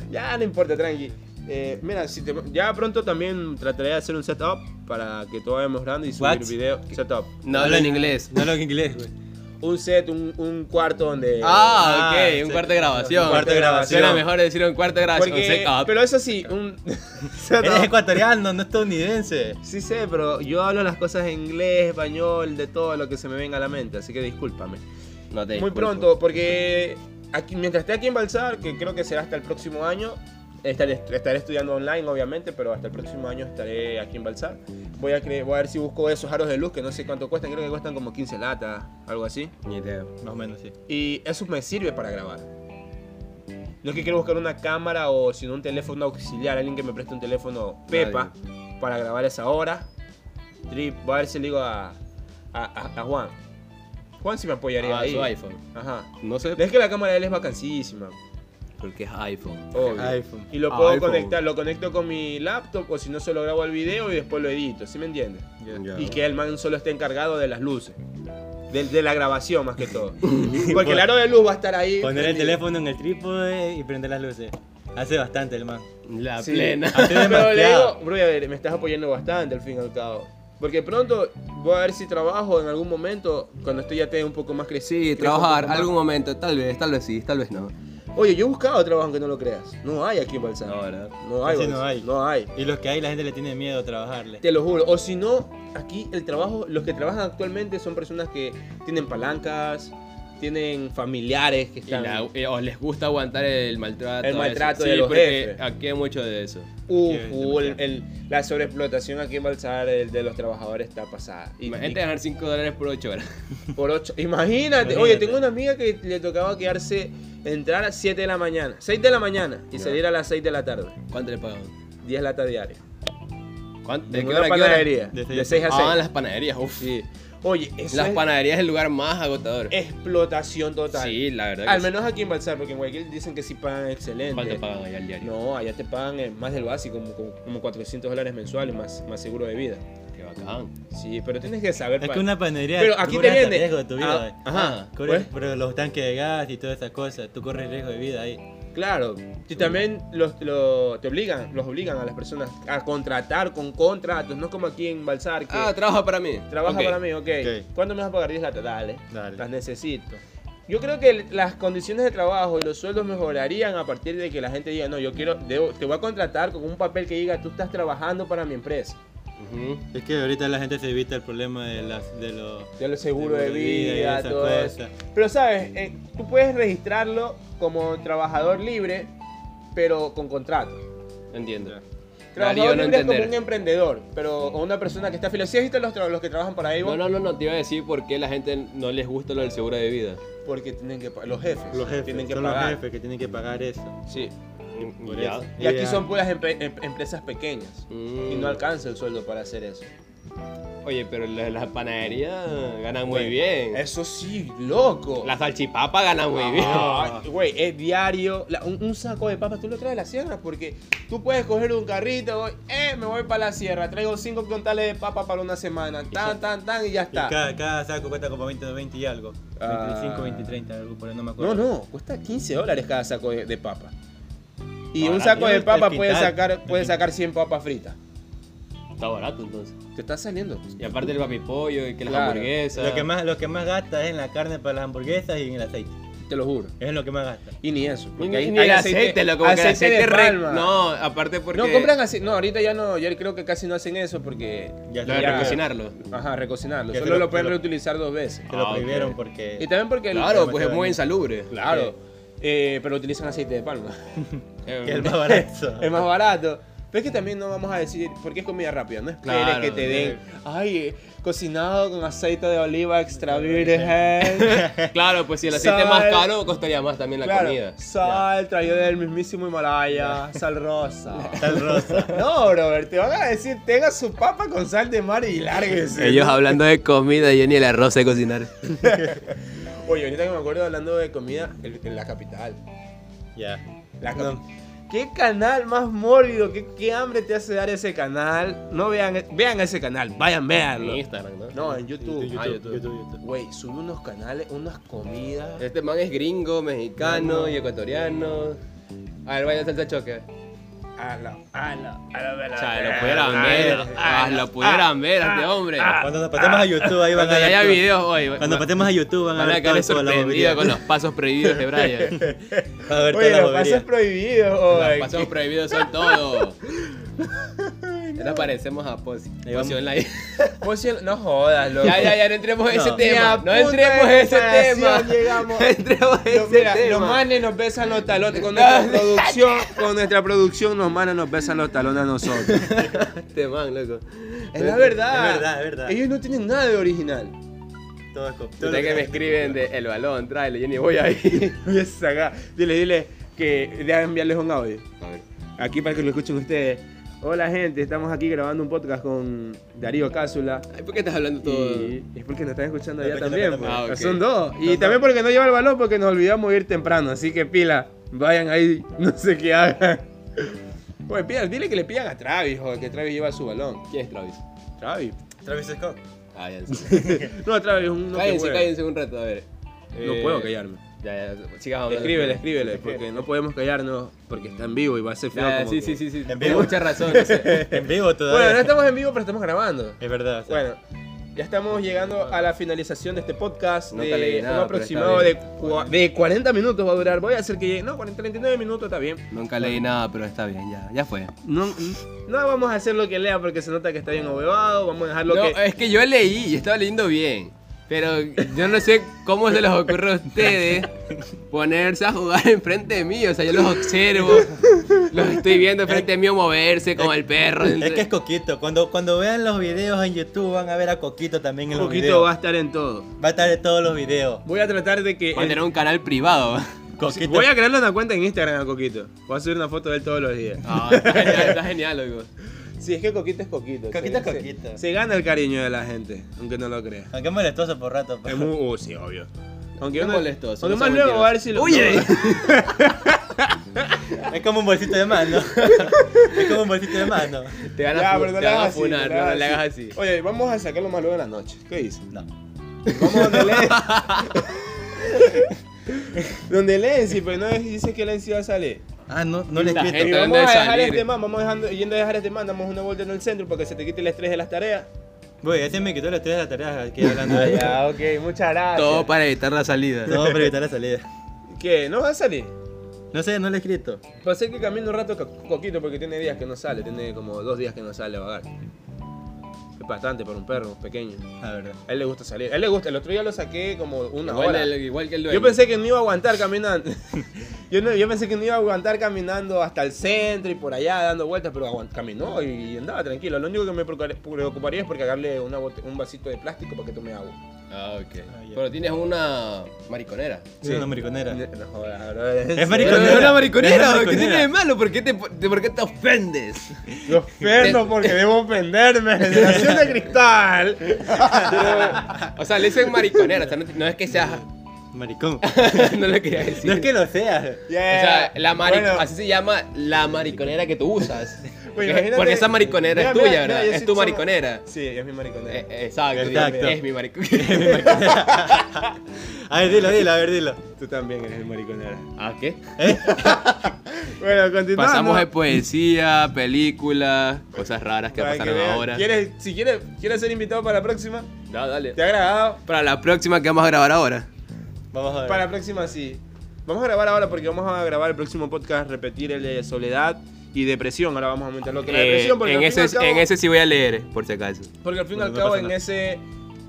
Speaker 1: Ya no importa, tranqui. Eh, mira, si te- ya pronto también trataré de hacer un setup para que todo vaya mejorando y subir
Speaker 2: What?
Speaker 1: video. Setup.
Speaker 3: No hablo en inglés.
Speaker 2: No hablo en inglés, güey.
Speaker 1: Un set, un, un cuarto donde.
Speaker 3: Ah,
Speaker 2: Ah,
Speaker 3: ok, un
Speaker 2: sí.
Speaker 3: cuarto de grabación.
Speaker 2: Un cuarto de grabación.
Speaker 3: Suena mejor decir un cuarto de grabación. un
Speaker 1: Ah, Porque,
Speaker 3: setup.
Speaker 1: pero eso sí, un
Speaker 2: Eres
Speaker 1: setup.
Speaker 2: ecuatoriano, no estadounidense.
Speaker 1: Sí sé, pero yo hablo las cosas en inglés, español, de todo lo que se me venga a la mente, así que discúlpame.
Speaker 3: No te
Speaker 1: Muy
Speaker 3: disculpo.
Speaker 1: pronto, porque aquí, mientras esté aquí en Balsar, que creo que será hasta el próximo año, estaré, estaré estudiando online, obviamente, pero hasta el próximo año estaré aquí en Balsar. Voy a, cre- voy a ver si busco esos aros de luz, que no sé cuánto cuestan, creo que cuestan como 15 latas, algo así.
Speaker 3: Ni idea.
Speaker 2: Más o menos, sí.
Speaker 1: Y eso me sirve para grabar. No es que quiero buscar una cámara o sino un teléfono auxiliar, alguien que me preste un teléfono Pepa para grabar esa hora. Trip, voy a ver si le digo a, a, a- a Juan. Juan si me apoyaría
Speaker 3: Ah,
Speaker 1: ahí.
Speaker 3: su iPhone.
Speaker 1: Ajá.
Speaker 3: No sé
Speaker 1: Es que la cámara de él es vacancísima,
Speaker 3: porque es iPhone.
Speaker 2: Oh,
Speaker 1: obvio.
Speaker 2: Ah, iPhone.
Speaker 1: Y lo puedo
Speaker 3: iPhone.
Speaker 1: conectar, lo conecto con mi laptop o si no solo grabo el video y después lo edito, ¿sí me entiendes?
Speaker 3: Ya.
Speaker 1: Y que el man solo esté encargado de las luces. De, de la grabación más que todo. Porque el aro de luz va a estar ahí.
Speaker 2: Poner el
Speaker 1: prendido.
Speaker 2: teléfono en el trípode y prender las luces. Hace bastante el man.
Speaker 3: La
Speaker 1: Sí.
Speaker 3: plena.
Speaker 2: Hace
Speaker 1: Pero le digo,
Speaker 2: demasiado.
Speaker 1: bro, a ver, me estás apoyando bastante al fin y al cabo. Porque pronto voy a ver si trabajo en algún momento, cuando esto ya esté un poco más crecido.
Speaker 4: Sí, trabajar algún momento, tal vez, tal vez sí, tal vez no.
Speaker 1: Oye, yo he buscado trabajo, aunque no lo creas. No hay aquí en Balsam.
Speaker 3: No, ¿verdad?
Speaker 1: No hay,
Speaker 2: Casi no
Speaker 1: Balsam.
Speaker 2: hay.
Speaker 1: No hay.
Speaker 2: Y los que hay, la gente le tiene miedo a trabajarle.
Speaker 1: Te lo juro. O si no, aquí el trabajo, los que trabajan actualmente son personas que tienen palancas, tienen familiares que
Speaker 3: Y
Speaker 1: están.
Speaker 3: la- eh, o les gusta aguantar el maltrato.
Speaker 1: El
Speaker 3: eso.
Speaker 1: maltrato
Speaker 3: Sí,
Speaker 1: de los
Speaker 3: porque
Speaker 1: jefes.
Speaker 3: Aquí hay mucho de eso.
Speaker 1: Uf,
Speaker 2: Qué
Speaker 1: uh, el- el- la sobreexplotación aquí en Balsar el de los trabajadores está pasada. Y,
Speaker 3: Imagínate ganar 5 dólares por 8 horas.
Speaker 1: y por ocho. Imagínate.
Speaker 2: Imagínate.
Speaker 1: Oye, tengo una amiga que le tocaba quedarse, entrar a 7 de la mañana, 6 de la mañana y
Speaker 3: Ya.
Speaker 1: salir a las 6 de la tarde.
Speaker 3: ¿Cuánto le pagan?
Speaker 1: 10 latas diarias.
Speaker 3: ¿Cuánto?
Speaker 1: En
Speaker 3: qué
Speaker 1: una
Speaker 3: hora a qué hora?
Speaker 1: panadería.
Speaker 2: De seis
Speaker 1: De
Speaker 2: a
Speaker 1: 6 a 6.
Speaker 3: Ah, las panaderías, uff.
Speaker 1: Sí. Oye, eso
Speaker 3: Las
Speaker 1: es
Speaker 3: panaderías es el lugar más agotador.
Speaker 1: explotación total.
Speaker 3: Sí, la verdad.
Speaker 1: Al
Speaker 3: que sí.
Speaker 1: menos aquí en Balsar, porque en Guayaquil dicen que sí pagan excelente.
Speaker 3: ¿Cuánto pagan allá al diario?
Speaker 1: No, allá te pagan eh, más del básico, como, como- como 400 dólares mensuales, más, más seguro de vida.
Speaker 3: Qué bacán.
Speaker 1: Sí, pero tienes que saber.
Speaker 2: Es
Speaker 1: pa-
Speaker 2: que una panadería
Speaker 1: Pero aquí
Speaker 2: corre
Speaker 1: te
Speaker 2: hasta
Speaker 1: viene-
Speaker 2: riesgo de tu vida.
Speaker 1: Ah,
Speaker 2: eh.
Speaker 3: Ajá.
Speaker 2: Corre-
Speaker 1: pues.
Speaker 2: Pero los tanques de gas y todas esas cosas, tú corres riesgo de vida ahí.
Speaker 1: Claro. Y también los, lo- te obligan, los obligan a las personas a contratar con contratos, no es como aquí en Balsar que
Speaker 3: Ah, trabaja para mí.
Speaker 1: trabaja
Speaker 3: Ok.
Speaker 1: para mí, ok.
Speaker 2: Ok.
Speaker 1: ¿Cuándo me vas a pagar 10 latas? Dale,
Speaker 2: Dale.
Speaker 1: Las necesito. Yo creo que el- las condiciones de trabajo y los sueldos mejorarían a partir de que la gente diga, no, yo quiero, debo- te voy a contratar con un papel que diga, tú estás trabajando para mi empresa.
Speaker 3: Ujú.
Speaker 2: Es que ahorita la gente se evita el problema de, las, de los...
Speaker 1: Ya lo seguro de
Speaker 2: Seguro de vida y
Speaker 1: vida,
Speaker 2: esas
Speaker 1: todo eso.
Speaker 2: cosas.
Speaker 1: Pero sabes, Eh, tú puedes registrarlo como trabajador libre pero con contrato.
Speaker 3: Entiendo. Darío
Speaker 1: Trabajador
Speaker 3: no
Speaker 1: libre es como
Speaker 3: entender.
Speaker 1: un emprendedor, pero o una persona que está afiliada. ¿Sí has visto los, tra- los que trabajan para Avon?
Speaker 3: No, no, no, no, te iba a decir por qué la gente no les gusta lo del seguro de vida.
Speaker 1: Porque tienen que pa- los jefes,
Speaker 2: Los jefes,
Speaker 1: tienen que
Speaker 2: son
Speaker 1: pagar.
Speaker 2: los jefes que tienen que pagar eso.
Speaker 1: Sí.
Speaker 2: Por
Speaker 3: Mm, Ya.
Speaker 2: eso.
Speaker 1: Y aquí
Speaker 2: Ya.
Speaker 1: son puras empre- em- empresas pequeñas
Speaker 3: Mm.
Speaker 1: y no alcanza el sueldo para hacer eso.
Speaker 3: Oye, pero la- las panaderías ganan muy
Speaker 1: Güey,
Speaker 3: bien.
Speaker 1: Eso Ah. sí, loco.
Speaker 3: La salchipapa gana muy bien.
Speaker 1: Ay, Güey, es diario. La- un, un saco de papas tú lo traes a la sierra porque tú puedes coger un carrito, voy, eh, me voy para la sierra, traigo cinco quintales de papas para una semana, tan, tan, tan y ya
Speaker 2: Y
Speaker 1: está.
Speaker 2: cada, cada saco cuesta como 20, 20 y algo.
Speaker 1: Ah.
Speaker 2: 25, 20, 30, algo por ahí, no me acuerdo.
Speaker 1: No, no, cuesta 15 dólares cada saco de, de papa. Y
Speaker 3: Barato,
Speaker 1: un saco de
Speaker 2: el
Speaker 1: papa puede
Speaker 2: quintal.
Speaker 1: sacar, puede sacar 100 papas fritas.
Speaker 3: Está barato entonces.
Speaker 1: Te está saliendo.
Speaker 3: Y aparte el papipollo y que las
Speaker 1: Claro.
Speaker 3: hamburguesas.
Speaker 2: Lo que, más, lo que más gasta es en la carne para las hamburguesas y en el aceite.
Speaker 1: Te lo juro.
Speaker 2: Es lo que más gasta.
Speaker 1: Y ni eso.
Speaker 3: Ni,
Speaker 1: Porque hay,
Speaker 3: ni
Speaker 1: hay
Speaker 3: el aceite, loco, porque el aceite
Speaker 1: de
Speaker 3: re-
Speaker 1: palma.
Speaker 3: No, aparte porque.
Speaker 1: No, compran aceite. No, ahorita ya no. Ya creo que casi no hacen eso porque.
Speaker 2: Ya
Speaker 3: Lo de
Speaker 2: Ya.
Speaker 3: recocinarlo.
Speaker 1: Ajá, recocinarlo.
Speaker 2: Ya
Speaker 1: Solo
Speaker 2: se lo-
Speaker 1: lo pueden
Speaker 2: se lo-
Speaker 1: reutilizar dos veces.
Speaker 2: Se lo
Speaker 3: Ah, ok.
Speaker 2: prohibieron
Speaker 1: Y
Speaker 2: porque.
Speaker 1: también porque. el-
Speaker 3: Claro, pues es
Speaker 2: me
Speaker 3: muy
Speaker 2: trae-
Speaker 3: insalubre.
Speaker 1: Claro. Eh, pero utilizan aceite de palma.
Speaker 3: Eh,
Speaker 2: Que es el más barato.
Speaker 1: es más barato. Pero es que también no vamos a decir. Porque es comida rápida. No esperes
Speaker 3: Claro,
Speaker 1: que te den.
Speaker 3: eh.
Speaker 1: Ay, eh, cocinado con aceite de oliva extra virgen.
Speaker 3: Claro, pues si el aceite
Speaker 1: Sal.
Speaker 3: es más caro, costaría más también la
Speaker 1: claro.
Speaker 3: comida.
Speaker 1: Sal traído del mismísimo Himalaya. Sal rosa.
Speaker 2: Sal rosa.
Speaker 1: No, brother, te van a decir, tenga su papa con sal de mar y lárguese.
Speaker 4: Ellos hablando de comida y yo ni el arroz sé cocinar.
Speaker 1: Oye, ahorita que me acuerdo hablando de comida, el- en la capital.
Speaker 2: Ya.
Speaker 1: La cap-
Speaker 2: No.
Speaker 1: ¿Qué canal más mórbido? ¿Qué, qué hambre te hace dar ese canal? No vean, vean ese canal, vayan,
Speaker 3: En
Speaker 1: veanlo.
Speaker 3: Instagram, ¿no?
Speaker 1: No, en YouTube.
Speaker 2: YouTube,
Speaker 3: Ah, YouTube.
Speaker 2: YouTube, YouTube.
Speaker 1: Güey, subí unos canales, unas comidas.
Speaker 3: Este man es gringo, mexicano y ecuatoriano. A ver, vaya salsa choque.
Speaker 1: A la, a la, a la, a la-
Speaker 3: O sea, lo pudieran ver. Ah, lo pudieran ver, este hombre.
Speaker 1: Ah.
Speaker 2: Cuando nos pasemos a YouTube, ahí van
Speaker 3: Cuando
Speaker 2: a
Speaker 3: ya
Speaker 2: ver
Speaker 3: haya
Speaker 2: todo.
Speaker 3: videos hoy.
Speaker 2: Ah, Cuando
Speaker 3: va-
Speaker 2: pasemos a YouTube, van a
Speaker 3: Van a
Speaker 2: ver todo,
Speaker 3: quedar
Speaker 2: toda la
Speaker 3: sorprendidos
Speaker 2: bobería.
Speaker 3: con los pasos prohibidos de Brian.
Speaker 2: Van a ver toda
Speaker 1: Oye,
Speaker 2: la
Speaker 1: los pasos
Speaker 2: bobería.
Speaker 1: prohibidos.
Speaker 3: Los
Speaker 1: oye.
Speaker 3: pasos prohibidos son todo. Ya nos parecemos a Posi.
Speaker 2: Ahí vamos.
Speaker 3: Posi online.
Speaker 1: Vos sí- No jodas, loco.
Speaker 3: Ya, ya, ya, no entremos en ese
Speaker 2: No.
Speaker 3: tema.
Speaker 1: Ni a
Speaker 3: No
Speaker 1: puta
Speaker 3: entremos en ese tema.
Speaker 1: comparación llegamos.
Speaker 3: No entremos en
Speaker 1: No,
Speaker 3: ese
Speaker 1: mira,
Speaker 3: tema. Ah,
Speaker 1: los manes nos besan los talones con nuestra producción. Con nuestra producción, los manes nos besan los talones a nosotros.
Speaker 3: Este man, loco.
Speaker 1: Es la verdad.
Speaker 2: Es verdad, es verdad.
Speaker 1: Ellos no tienen nada de original.
Speaker 2: Todo es co- todo
Speaker 3: Puta
Speaker 2: lo
Speaker 3: que me escriben de el balón, tráele, yo ni voy ahí.
Speaker 1: Esa ga- Dile, dile que deja enviarles un audio. Aquí para que lo escuchen ustedes. Hola gente, estamos aquí grabando un podcast con Darío Cásula.
Speaker 3: Ay, ¿por qué estás hablando todo?
Speaker 1: Y es porque nos están escuchando
Speaker 2: No,
Speaker 1: allá
Speaker 2: porque no
Speaker 1: también.
Speaker 2: están
Speaker 1: pues.
Speaker 3: también. Ah, ok.
Speaker 1: Son dos. Y
Speaker 2: Son
Speaker 1: también porque no lleva el balón porque nos olvidamos ir temprano. Así que pila, vayan ahí, no sé qué hagan. Pues pila, dile que le pidan a Travis, joder, que Travis lleva su balón.
Speaker 3: ¿Quién es Travis?
Speaker 1: Travis.
Speaker 2: Travis Scott.
Speaker 3: Cállense.
Speaker 1: No, Travis, un Ah, no que
Speaker 3: cállense,
Speaker 1: hueve.
Speaker 3: cállense un rato, a ver.
Speaker 1: No
Speaker 3: Eh,
Speaker 1: puedo callarme.
Speaker 3: Ya, ya, sigas hablando.
Speaker 1: Escríbele, escríbele, porque no podemos callarnos porque está en vivo y va a ser feo.
Speaker 3: Ya,
Speaker 1: como
Speaker 3: sí,
Speaker 1: que-
Speaker 3: sí, sí, sí.
Speaker 2: En
Speaker 3: Tienes
Speaker 2: vivo.
Speaker 3: mucha razón, no sé.
Speaker 2: En vivo
Speaker 1: Bueno, no
Speaker 2: todavía.
Speaker 1: estamos en vivo, pero estamos grabando.
Speaker 2: Es verdad. o sea,
Speaker 1: Bueno, ya estamos llegando a la finalización de este podcast.
Speaker 3: No te
Speaker 1: de
Speaker 3: leí nada,
Speaker 1: un
Speaker 3: pero
Speaker 1: aproximado de,
Speaker 3: está
Speaker 1: cua- de 40 minutos va a durar. Voy a hacer que llegue. No, 40, 39 minutos está bien.
Speaker 4: Nunca leí nada, pero está bien, ya, ya fue.
Speaker 1: No, no vamos a hacer lo que lea porque se nota que está bien obevado. Vamos a dejar lo
Speaker 3: No,
Speaker 1: que.
Speaker 3: es que yo leí, yo estaba leyendo bien. Pero yo no sé cómo se les ocurre a ustedes ponerse a jugar enfrente de mí. O sea, yo los observo, los estoy viendo enfrente de mí moverse como el perro.
Speaker 2: Es que es Coquito. Cuando, cuando vean los videos en YouTube van a ver a Coquito también en los
Speaker 1: Coquito
Speaker 2: videos.
Speaker 1: va a
Speaker 2: Va...
Speaker 1: estar en todo.
Speaker 2: a estar en todos los videos.
Speaker 1: Voy a tratar de que.
Speaker 3: Voy a tener un canal privado.
Speaker 2: Coquito.
Speaker 1: Voy a crearle una cuenta en Instagram a Coquito. Voy a subir una foto de él todos los días.
Speaker 3: Ah, está genial, está genial, loco.
Speaker 1: Sí, es que Coquito es Coquito.
Speaker 2: Coquito
Speaker 1: Se-
Speaker 2: es Coquito.
Speaker 1: Se, se gana el cariño de la gente, aunque no lo crea.
Speaker 2: Aunque es molestoso por rato. pues. pero-
Speaker 1: Es muy. Uh, sí, obvio. Aunque
Speaker 3: No
Speaker 1: uno-
Speaker 3: molestoso,
Speaker 1: Aunque
Speaker 3: no
Speaker 1: más
Speaker 3: sea
Speaker 1: luego va a ver si lo.
Speaker 3: Oye.
Speaker 1: no.
Speaker 2: Es como un bolsito de mano. es como un bolsito de mano.
Speaker 3: Te van a,
Speaker 1: Ya,
Speaker 3: fu-
Speaker 1: pero no
Speaker 3: te
Speaker 1: le
Speaker 3: van a
Speaker 1: hagas así,
Speaker 3: funar, no, no le hagas así.
Speaker 1: Oye, vamos a sacarlo más luego en la noche. ¿Qué dices?
Speaker 2: No.
Speaker 1: Vamos donde Len. donde Lenzi, pero no es- dice que Lenzi va a salir.
Speaker 2: Ah, no, no le
Speaker 3: La
Speaker 2: escribiste.
Speaker 1: Y
Speaker 3: Gente,
Speaker 1: vamos
Speaker 3: ¿dónde
Speaker 1: a
Speaker 3: de
Speaker 1: dejar
Speaker 3: salir?
Speaker 1: este man, vamos dejando, yendo a dejar este man, damos una vuelta en el centro para que se te quite el estrés de las tareas.
Speaker 2: Voy, ese me quitó las tres de la tarea que hablando
Speaker 1: Ah,
Speaker 2: de
Speaker 1: ya, ok, muchas gracias.
Speaker 4: Todo para evitar la salida.
Speaker 2: Todo para evitar la salida.
Speaker 1: ¿Qué? ¿No va a salir?
Speaker 2: No sé, no le he escrito.
Speaker 1: Pasé que camino un rato co- coquito porque tiene días que no sale, tiene como dos días que no sale a vagar. Es bastante para un perro pequeño.
Speaker 2: La verdad.
Speaker 1: A él le gusta salir. A él le gusta. El otro día lo saqué como una
Speaker 3: igual,
Speaker 1: hora.
Speaker 3: el- igual que el dueño.
Speaker 1: Yo pensé que no iba a aguantar caminando. yo, no- yo pensé que no iba a aguantar caminando hasta el centro y por allá dando vueltas, pero aguant- caminó y, andaba tranquilo. Lo único que me preocupa- preocuparía es porque darle una bote- un vasito de plástico para que tome agua.
Speaker 3: Ah, ok.
Speaker 2: Ah, ya.
Speaker 3: Pero tienes una mariconera.
Speaker 2: Es una mariconera.
Speaker 1: No jodas, bro.
Speaker 2: Es
Speaker 4: Pero
Speaker 1: Eh,
Speaker 2: mariconera.
Speaker 4: no era mariconera,
Speaker 2: No
Speaker 4: ¿qué
Speaker 2: era
Speaker 4: tiene de malo? ¿Por qué te, de- por qué te ofendes?
Speaker 1: Lo ofendo porque debo ofenderme. Generación de cristal.
Speaker 3: o sea, le dicen mariconera. o sea, no, no es que seas.
Speaker 2: Maricón.
Speaker 3: no lo quería decir.
Speaker 2: No es que lo seas.
Speaker 3: O sea, la mari-
Speaker 1: Bueno.
Speaker 3: así se llama la mariconera que tú usas.
Speaker 1: Pues
Speaker 3: Que-
Speaker 1: imagínate-
Speaker 3: porque esa mariconera
Speaker 1: Mira,
Speaker 3: es tuya,
Speaker 1: mira,
Speaker 3: ¿verdad?
Speaker 1: mira, yo
Speaker 3: es
Speaker 1: sí
Speaker 3: tu
Speaker 1: somos-
Speaker 3: mariconera.
Speaker 1: Sí, es mi mariconera.
Speaker 3: Eh, eh, exacto,
Speaker 2: Exacto.
Speaker 3: Es, mi mariconera.
Speaker 2: A ver, dilo, dilo, a ver, dilo.
Speaker 1: Tú también eres el mariconera.
Speaker 3: ¿Ah, qué?
Speaker 1: Bueno, continuamos.
Speaker 3: Pasamos de poesía, películas, cosas raras que
Speaker 1: Para
Speaker 3: pasaron
Speaker 1: vean.
Speaker 3: ahora.
Speaker 1: ¿Quieres, si quieres, quieres ser invitado para la próxima,
Speaker 3: No, dale.
Speaker 1: ¿te ha agradado?
Speaker 4: Para la próxima que vamos a grabar ahora.
Speaker 2: Vamos a ver.
Speaker 1: Para la próxima sí. Vamos a grabar ahora porque vamos a grabar el próximo podcast, repetir el de soledad y depresión. Ahora vamos a aumentar lo que la
Speaker 3: Eh,
Speaker 1: depresión. Porque
Speaker 3: en,
Speaker 1: al fin y
Speaker 3: ese,
Speaker 1: al cabo-
Speaker 3: en ese sí voy a leer, por si acaso.
Speaker 1: Porque al fin y
Speaker 2: No,
Speaker 1: al
Speaker 2: no
Speaker 1: cabo,
Speaker 2: pasa
Speaker 1: en
Speaker 2: nada.
Speaker 1: ese.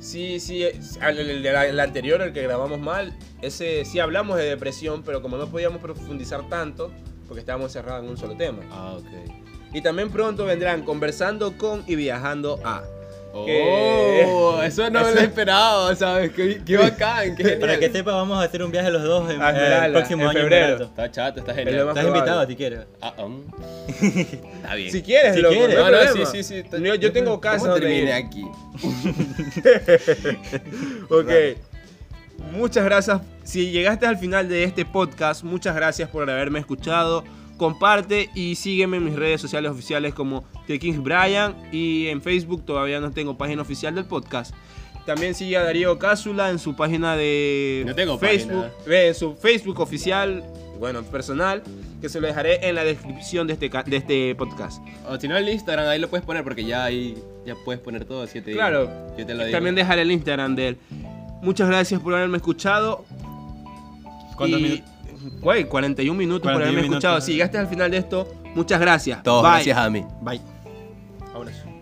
Speaker 1: Sí, sí, es- al- el, el- el anterior, el que grabamos mal, ese sí hablamos de depresión, pero como no podíamos profundizar tanto, porque estábamos cerrados en un solo tema.
Speaker 3: Ah, ok.
Speaker 1: Y también pronto vendrán conversando con y viajando a.
Speaker 3: Oh,
Speaker 1: Que-
Speaker 3: eso no
Speaker 1: eso-
Speaker 3: lo he esperado, ¿sabes? Qué, qué bacán, qué
Speaker 2: Para
Speaker 3: genial.
Speaker 2: que sepa, vamos a hacer un viaje los dos en, eh,
Speaker 1: A Esmeralda,
Speaker 2: el próximo
Speaker 1: Ah, en
Speaker 2: año.
Speaker 1: febrero.
Speaker 2: Esmeralda.
Speaker 3: Está chato, está
Speaker 1: Es lo
Speaker 3: genial.
Speaker 1: más-
Speaker 2: Estás
Speaker 1: probable.
Speaker 2: invitado si quieres.
Speaker 3: Ah, um. Está bien.
Speaker 1: Si quieres,
Speaker 2: Si
Speaker 1: loco,
Speaker 2: quieres.
Speaker 1: no hay
Speaker 3: No, no,
Speaker 1: problema.
Speaker 3: sí, sí, sí, está-
Speaker 1: Yo, yo tengo casa
Speaker 4: ¿Cómo
Speaker 1: donde
Speaker 4: terminé
Speaker 1: ir.
Speaker 4: aquí?
Speaker 1: Ok. Muchas gracias. Si llegaste al final de este podcast, muchas gracias por haberme escuchado. Comparte y sígueme en mis redes sociales oficiales como The Kings Brian y en Facebook todavía no tengo página oficial del podcast. También sigue a Darío Cásula en su página de
Speaker 3: No tengo
Speaker 1: Facebook, eh, en su Facebook oficial, bueno, personal, que se lo dejaré en la descripción de este, ca- de este podcast.
Speaker 3: O si no, el Instagram, ahí lo puedes poner porque ya ahí ya puedes poner todo, así que te digo.
Speaker 1: Claro.
Speaker 3: Yo te lo digo.
Speaker 1: También dejaré el Instagram de él. Muchas gracias por haberme escuchado.
Speaker 2: ¿Cuántos
Speaker 1: Y-
Speaker 2: minutos?
Speaker 1: Güey, 41 minutos por
Speaker 2: 41
Speaker 1: haberme
Speaker 2: minutos.
Speaker 1: escuchado. Si llegaste al final de esto, muchas gracias.
Speaker 4: Todos
Speaker 1: Bye.
Speaker 4: gracias a mí.
Speaker 2: Bye.
Speaker 1: Abrazo.